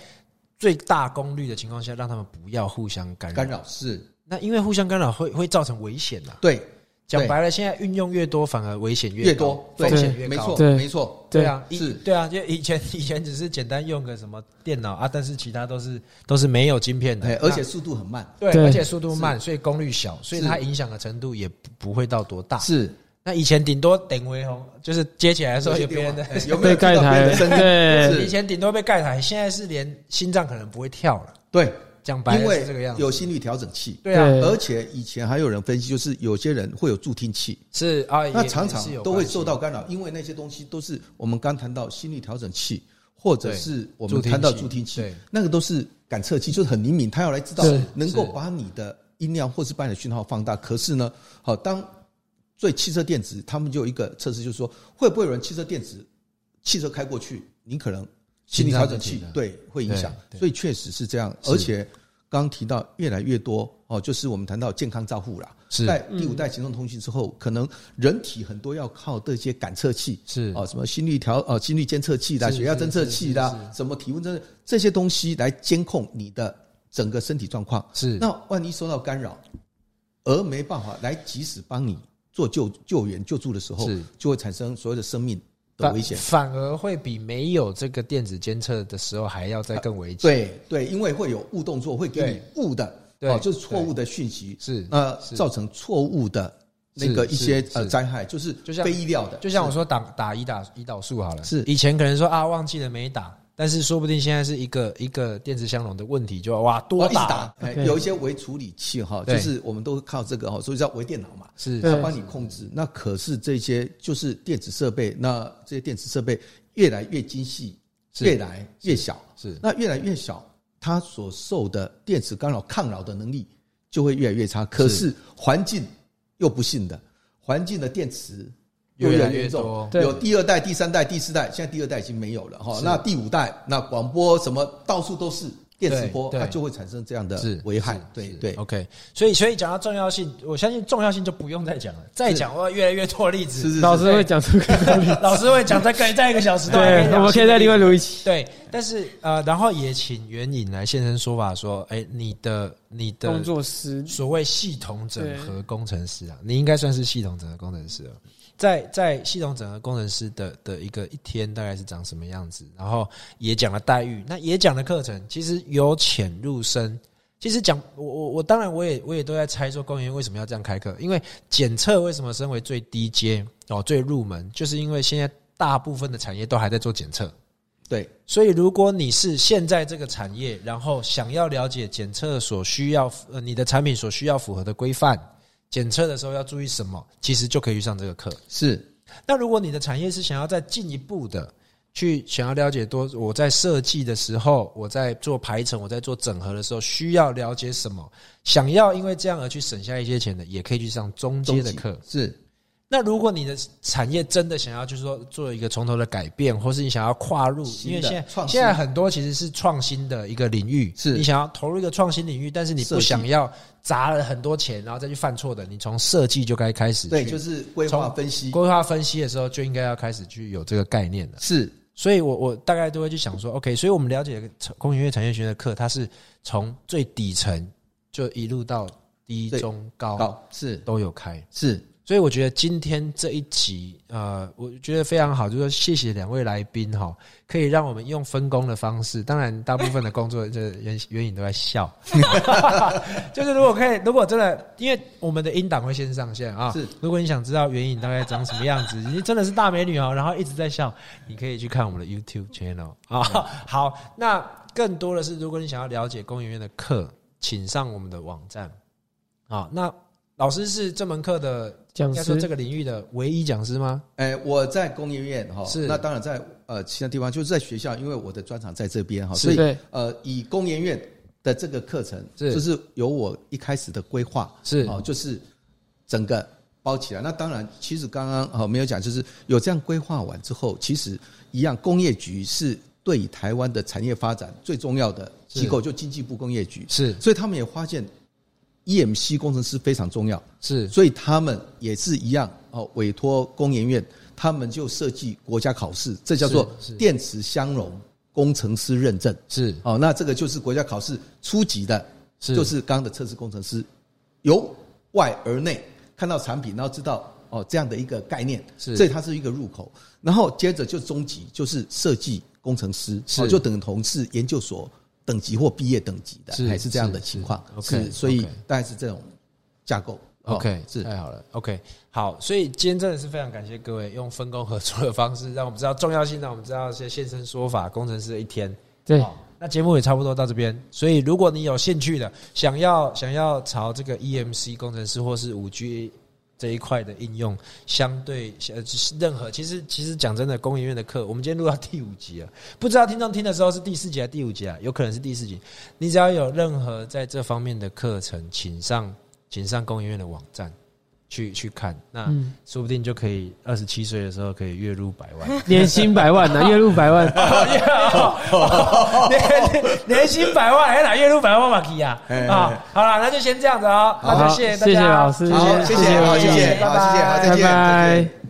A: 最大功率的情况下，让他们不要互相干扰。
C: 干扰是
A: 那因为互相干扰会会造成危险呐、
C: 对
A: 讲白了，现在运用越多，反而危险
C: 越
A: 高
C: 多，对
A: 风险越
C: 没
A: 高。
C: 错，
B: 对
C: 没错，
A: 对啊，
C: 对
A: 以
C: 是
A: 对啊，就以前以前只是简单用个什么电脑啊，但是其他都是都是没有晶片
C: 哎
A: 的，，
C: 而且速度很慢，
A: 那对，
B: 对
A: 而且速度慢，所以功率小，所以
C: 是
A: 它影响的程度也不不会到多大。
C: 是
A: 那以前顶多顶微红，就是接起来的时候有别人的
C: 哎有没
B: 被
C: 有听
B: 盖
C: 到别
B: 台
C: 人的声音？
B: 对
C: 是
A: 以前顶多被盖台，现在是连心脏可能不会跳了。
C: 对，
A: 讲白
C: 因
A: 了
C: 为
A: 是这个样子
C: 有。心率调整器，
A: 对啊，
B: 对
C: 而且以前还有人分析，就是有些人会有助听器，
A: 是啊，
C: 那
A: 也
C: 常
A: 也
C: 常
A: 是有
C: 都会
A: 关系
C: 受到干扰，因为那些东西都是我们刚谈到心率调整器，或者
A: 对
C: 是我
A: 助
C: 们
A: 听
C: 谈到
A: 器
C: 助听器
A: 对，
C: 那个都是感测器，就是很灵敏，它要来知道
B: 是
C: 能够
A: 是
C: 把你的音量或是把你的讯号放大。可是呢，好当所以汽车电子他们就有一个测试，就是说会不会有人汽车电子汽车开过去，你可能心率调整
A: 心
C: 器
A: 脏不
C: 对会影响
A: 对，对
C: 所以确实是这样。
A: 是
C: 而且刚提到越来越多哦，就是我们谈到健康照护啦，
A: 是
C: 在第五代行动通讯之后，可能人体很多要靠这些感测器。
A: 是
C: 哦，什么心率调哦，心率监测器啦，
A: 是
C: 血压侦测
A: 是
C: 器
A: 是
C: 啦，什么体温侦测这些东西来监控你的整个身体状况。
A: 是
C: 那万一受到干扰，而没办法来及时帮你做救救援救助的时候
A: 是，
C: 就会产生所有的生命的危险。
A: 反而会比没有这个电子监测的时候还要再更危险。
C: 对对，因为会有误动作，会给你误的，
A: 对
C: 哦，就是错误的讯息，
A: 是
C: 呃，
A: 是
C: 造成错误的那个
A: 是
C: 一些
A: 是
C: 呃
A: 是
C: 灾害，就是
A: 就像
C: 非意料的，
A: 就像我说打打胰岛胰岛素好了，
C: 是
A: 以前可能说啊忘记了没打，但是说不定现在是一个一个电子相容的问题，就哇多
C: 我一直
A: 哦打
C: 打，哎
B: OK
C: 有一些微处理器哈，
A: 对
C: 就是我们都靠这个哈，所以叫微电脑嘛，
A: 是
B: 对
C: 它帮你控
A: 嗯
C: 制。那可是这些就是电子设备，那这些电子设备越来越精细，
A: 是
C: 越来越小，
A: 是
C: 那越来越小，它所受的电子干扰抗扰的能力就会越来越差。可
A: 是
C: 是环境又不幸的，环境的电池又
A: 越
C: 越
A: 来
C: 来
A: 越
C: 越重
A: 多，
B: 对
C: 有第二代、第三代、第四代，现在第二代已经没有了哈。
A: 是
C: 那第五代，那广播什么到处都是电磁波，
A: 对对
C: 它就会产生这样的
A: 是
C: 危害
A: 是。
C: 对
A: 是
C: 对，
A: OK，所以所以讲到重要性，我相信重要性就不用再讲了，再讲的话越来越多例子，
C: 是
B: 老师会讲出个道理
A: 老师会讲再可以再一个小时，
B: 对，我们可以再另
A: 外
B: 外录一期。
A: 对，但是呃，然后也请援引来现身说法说，哎、你的你的
B: 工作室
A: 所谓系统整合工程师啊，你应该算是系统整合工程师了。在在系统整合工程师的的一个一天大概是长什么样子，然后也讲了待遇，那也讲了课程，其实由浅入深。其实讲我我我当然我也我也都在猜说公务员为什么要这样开课，因为检测为什么身为最低阶哦最入门，就是因为现在大部分的产业都还在做检测，
C: 对，
A: 所以，如果你是现在这个产业，然后想要了解检测所需要呃你的产品所需要符合的规范，检测的时候要注意什么，其实就可以去上这个课。
C: 是
A: 那如果你的产业是想要再进一步的去想要了解多，我在设计的时候，我在做排程，我在做整合的时候，需要了解什么，想要因为这样而去省下一些钱的，也可以去上中阶的课。
C: 是
A: 那如果你的产业真的想要，就是说做一个从头的改变，或是你想要跨入，
C: 新
A: 因
C: 的
A: 为现在
C: 创新
A: 现在很多其实是创新的一个领域，
C: 是
A: 你想要投入一个创新领域，但是你
C: 设
A: 不
C: 计
A: 想要砸了很多钱，然后再去犯错的，你从设计就该开始去，
C: 对，就是规划分析
A: 规划分析的时候就应该要开始去有这个概念了。
C: 是
A: 所以我我大概都会去想说，OK，所以我们了解工学院产业学院的课，它是从最底层就一路到低
C: 对
A: 中高
C: 好是
A: 都有开。
C: 是
A: 所以我觉得今天这一集，呃，我觉得非常好，就是说谢谢两位来宾哈、可以让我们用分工的方式。当然，大部分的工作，这袁袁颖都在笑，就是如果可以，如果真的，因为我们的音档会先上线啊，
C: 是。
A: 如果你想知道袁颖大概长什么样子，你真的是大美女哦，然后一直在笑，你可以去看我们的 YouTube channel 啊。好，那更多的是，如果你想要了解工研院的课，请上我们的网站啊。那老师是这门课的
B: 讲
A: 应该说这
B: 师
A: 个领域的唯一讲师吗？
C: 哎，我在工业院哈，
A: 是
C: 那当然在呃其他地方，就是在学校，因为我的专长在这边哈，
A: 是
C: 所以
B: 对
C: 呃以工研院的这个课程，
A: 是
C: 就是由我一开始的规划
A: 是
C: 哦，就是整个包起来。那当然，其实刚刚哦没有讲，就是有这样规划完之后，其实一样，工业局是对于台湾的产业发展最重要的机构，就经济部工业局，
A: 是
C: 所以他们也发现 EMC 工程师非常重要。
A: 是
C: 所以他们也是一样哦，委托工研院，他们就设计国家考试，这叫做
A: 是是
C: 电磁相容工程师认证。
A: 是
C: 哦，那这个就是国家考试初级的，
A: 是
C: 就是刚刚的测试工程师，由外而内看到产品，然后知道哦这样的一个概念，
A: 是
C: 所以它是一个入口。然后接着就中级，就是设计工程师，
A: 是
C: 哦就等同是研究所等级或毕业等级的，
A: 是
C: 还是这样的
A: 是
C: 情况。
A: 是 OK，
C: 是所以
A: OK
C: 大概是这种架构。哦
A: OK，、
C: 是
A: 太好了。OK，好，所以今天真的是非常感谢各位用分工合作的方式，让我们知道重要性，让我们知道一些现身说法工程师的一天。
B: 对
A: 好，哦那节目也差不多到这边，所以如果你有兴趣的，想要想要朝这个 EMC 工程师或是五 G 这一块的应用，相对呃就是任何其实其实讲真的，工研院的课，我们今天录到第五集了，不知道听众听的时候是第四集还是第五集啊？有可能是第四集。你只要有任何在这方面的课程，请上请上工研院的网站去去看，那
B: 嗯，
A: 说不定就可以二十七岁的时候可以月入百万。
B: 年薪百万呐，月入百万，
A: 年年薪百万，还哪月入百万嘛？基啊
C: 哎
A: 啊！好了，那就先这样子哦，那就谢谢大家，
B: 谢谢老师，
C: 好，谢
B: 谢
C: 谢，好，谢
B: 谢
C: 谢，
A: 拜
C: 好，
A: 拜
C: 谢谢，好，
B: 拜
C: 再见，再见
B: 拜。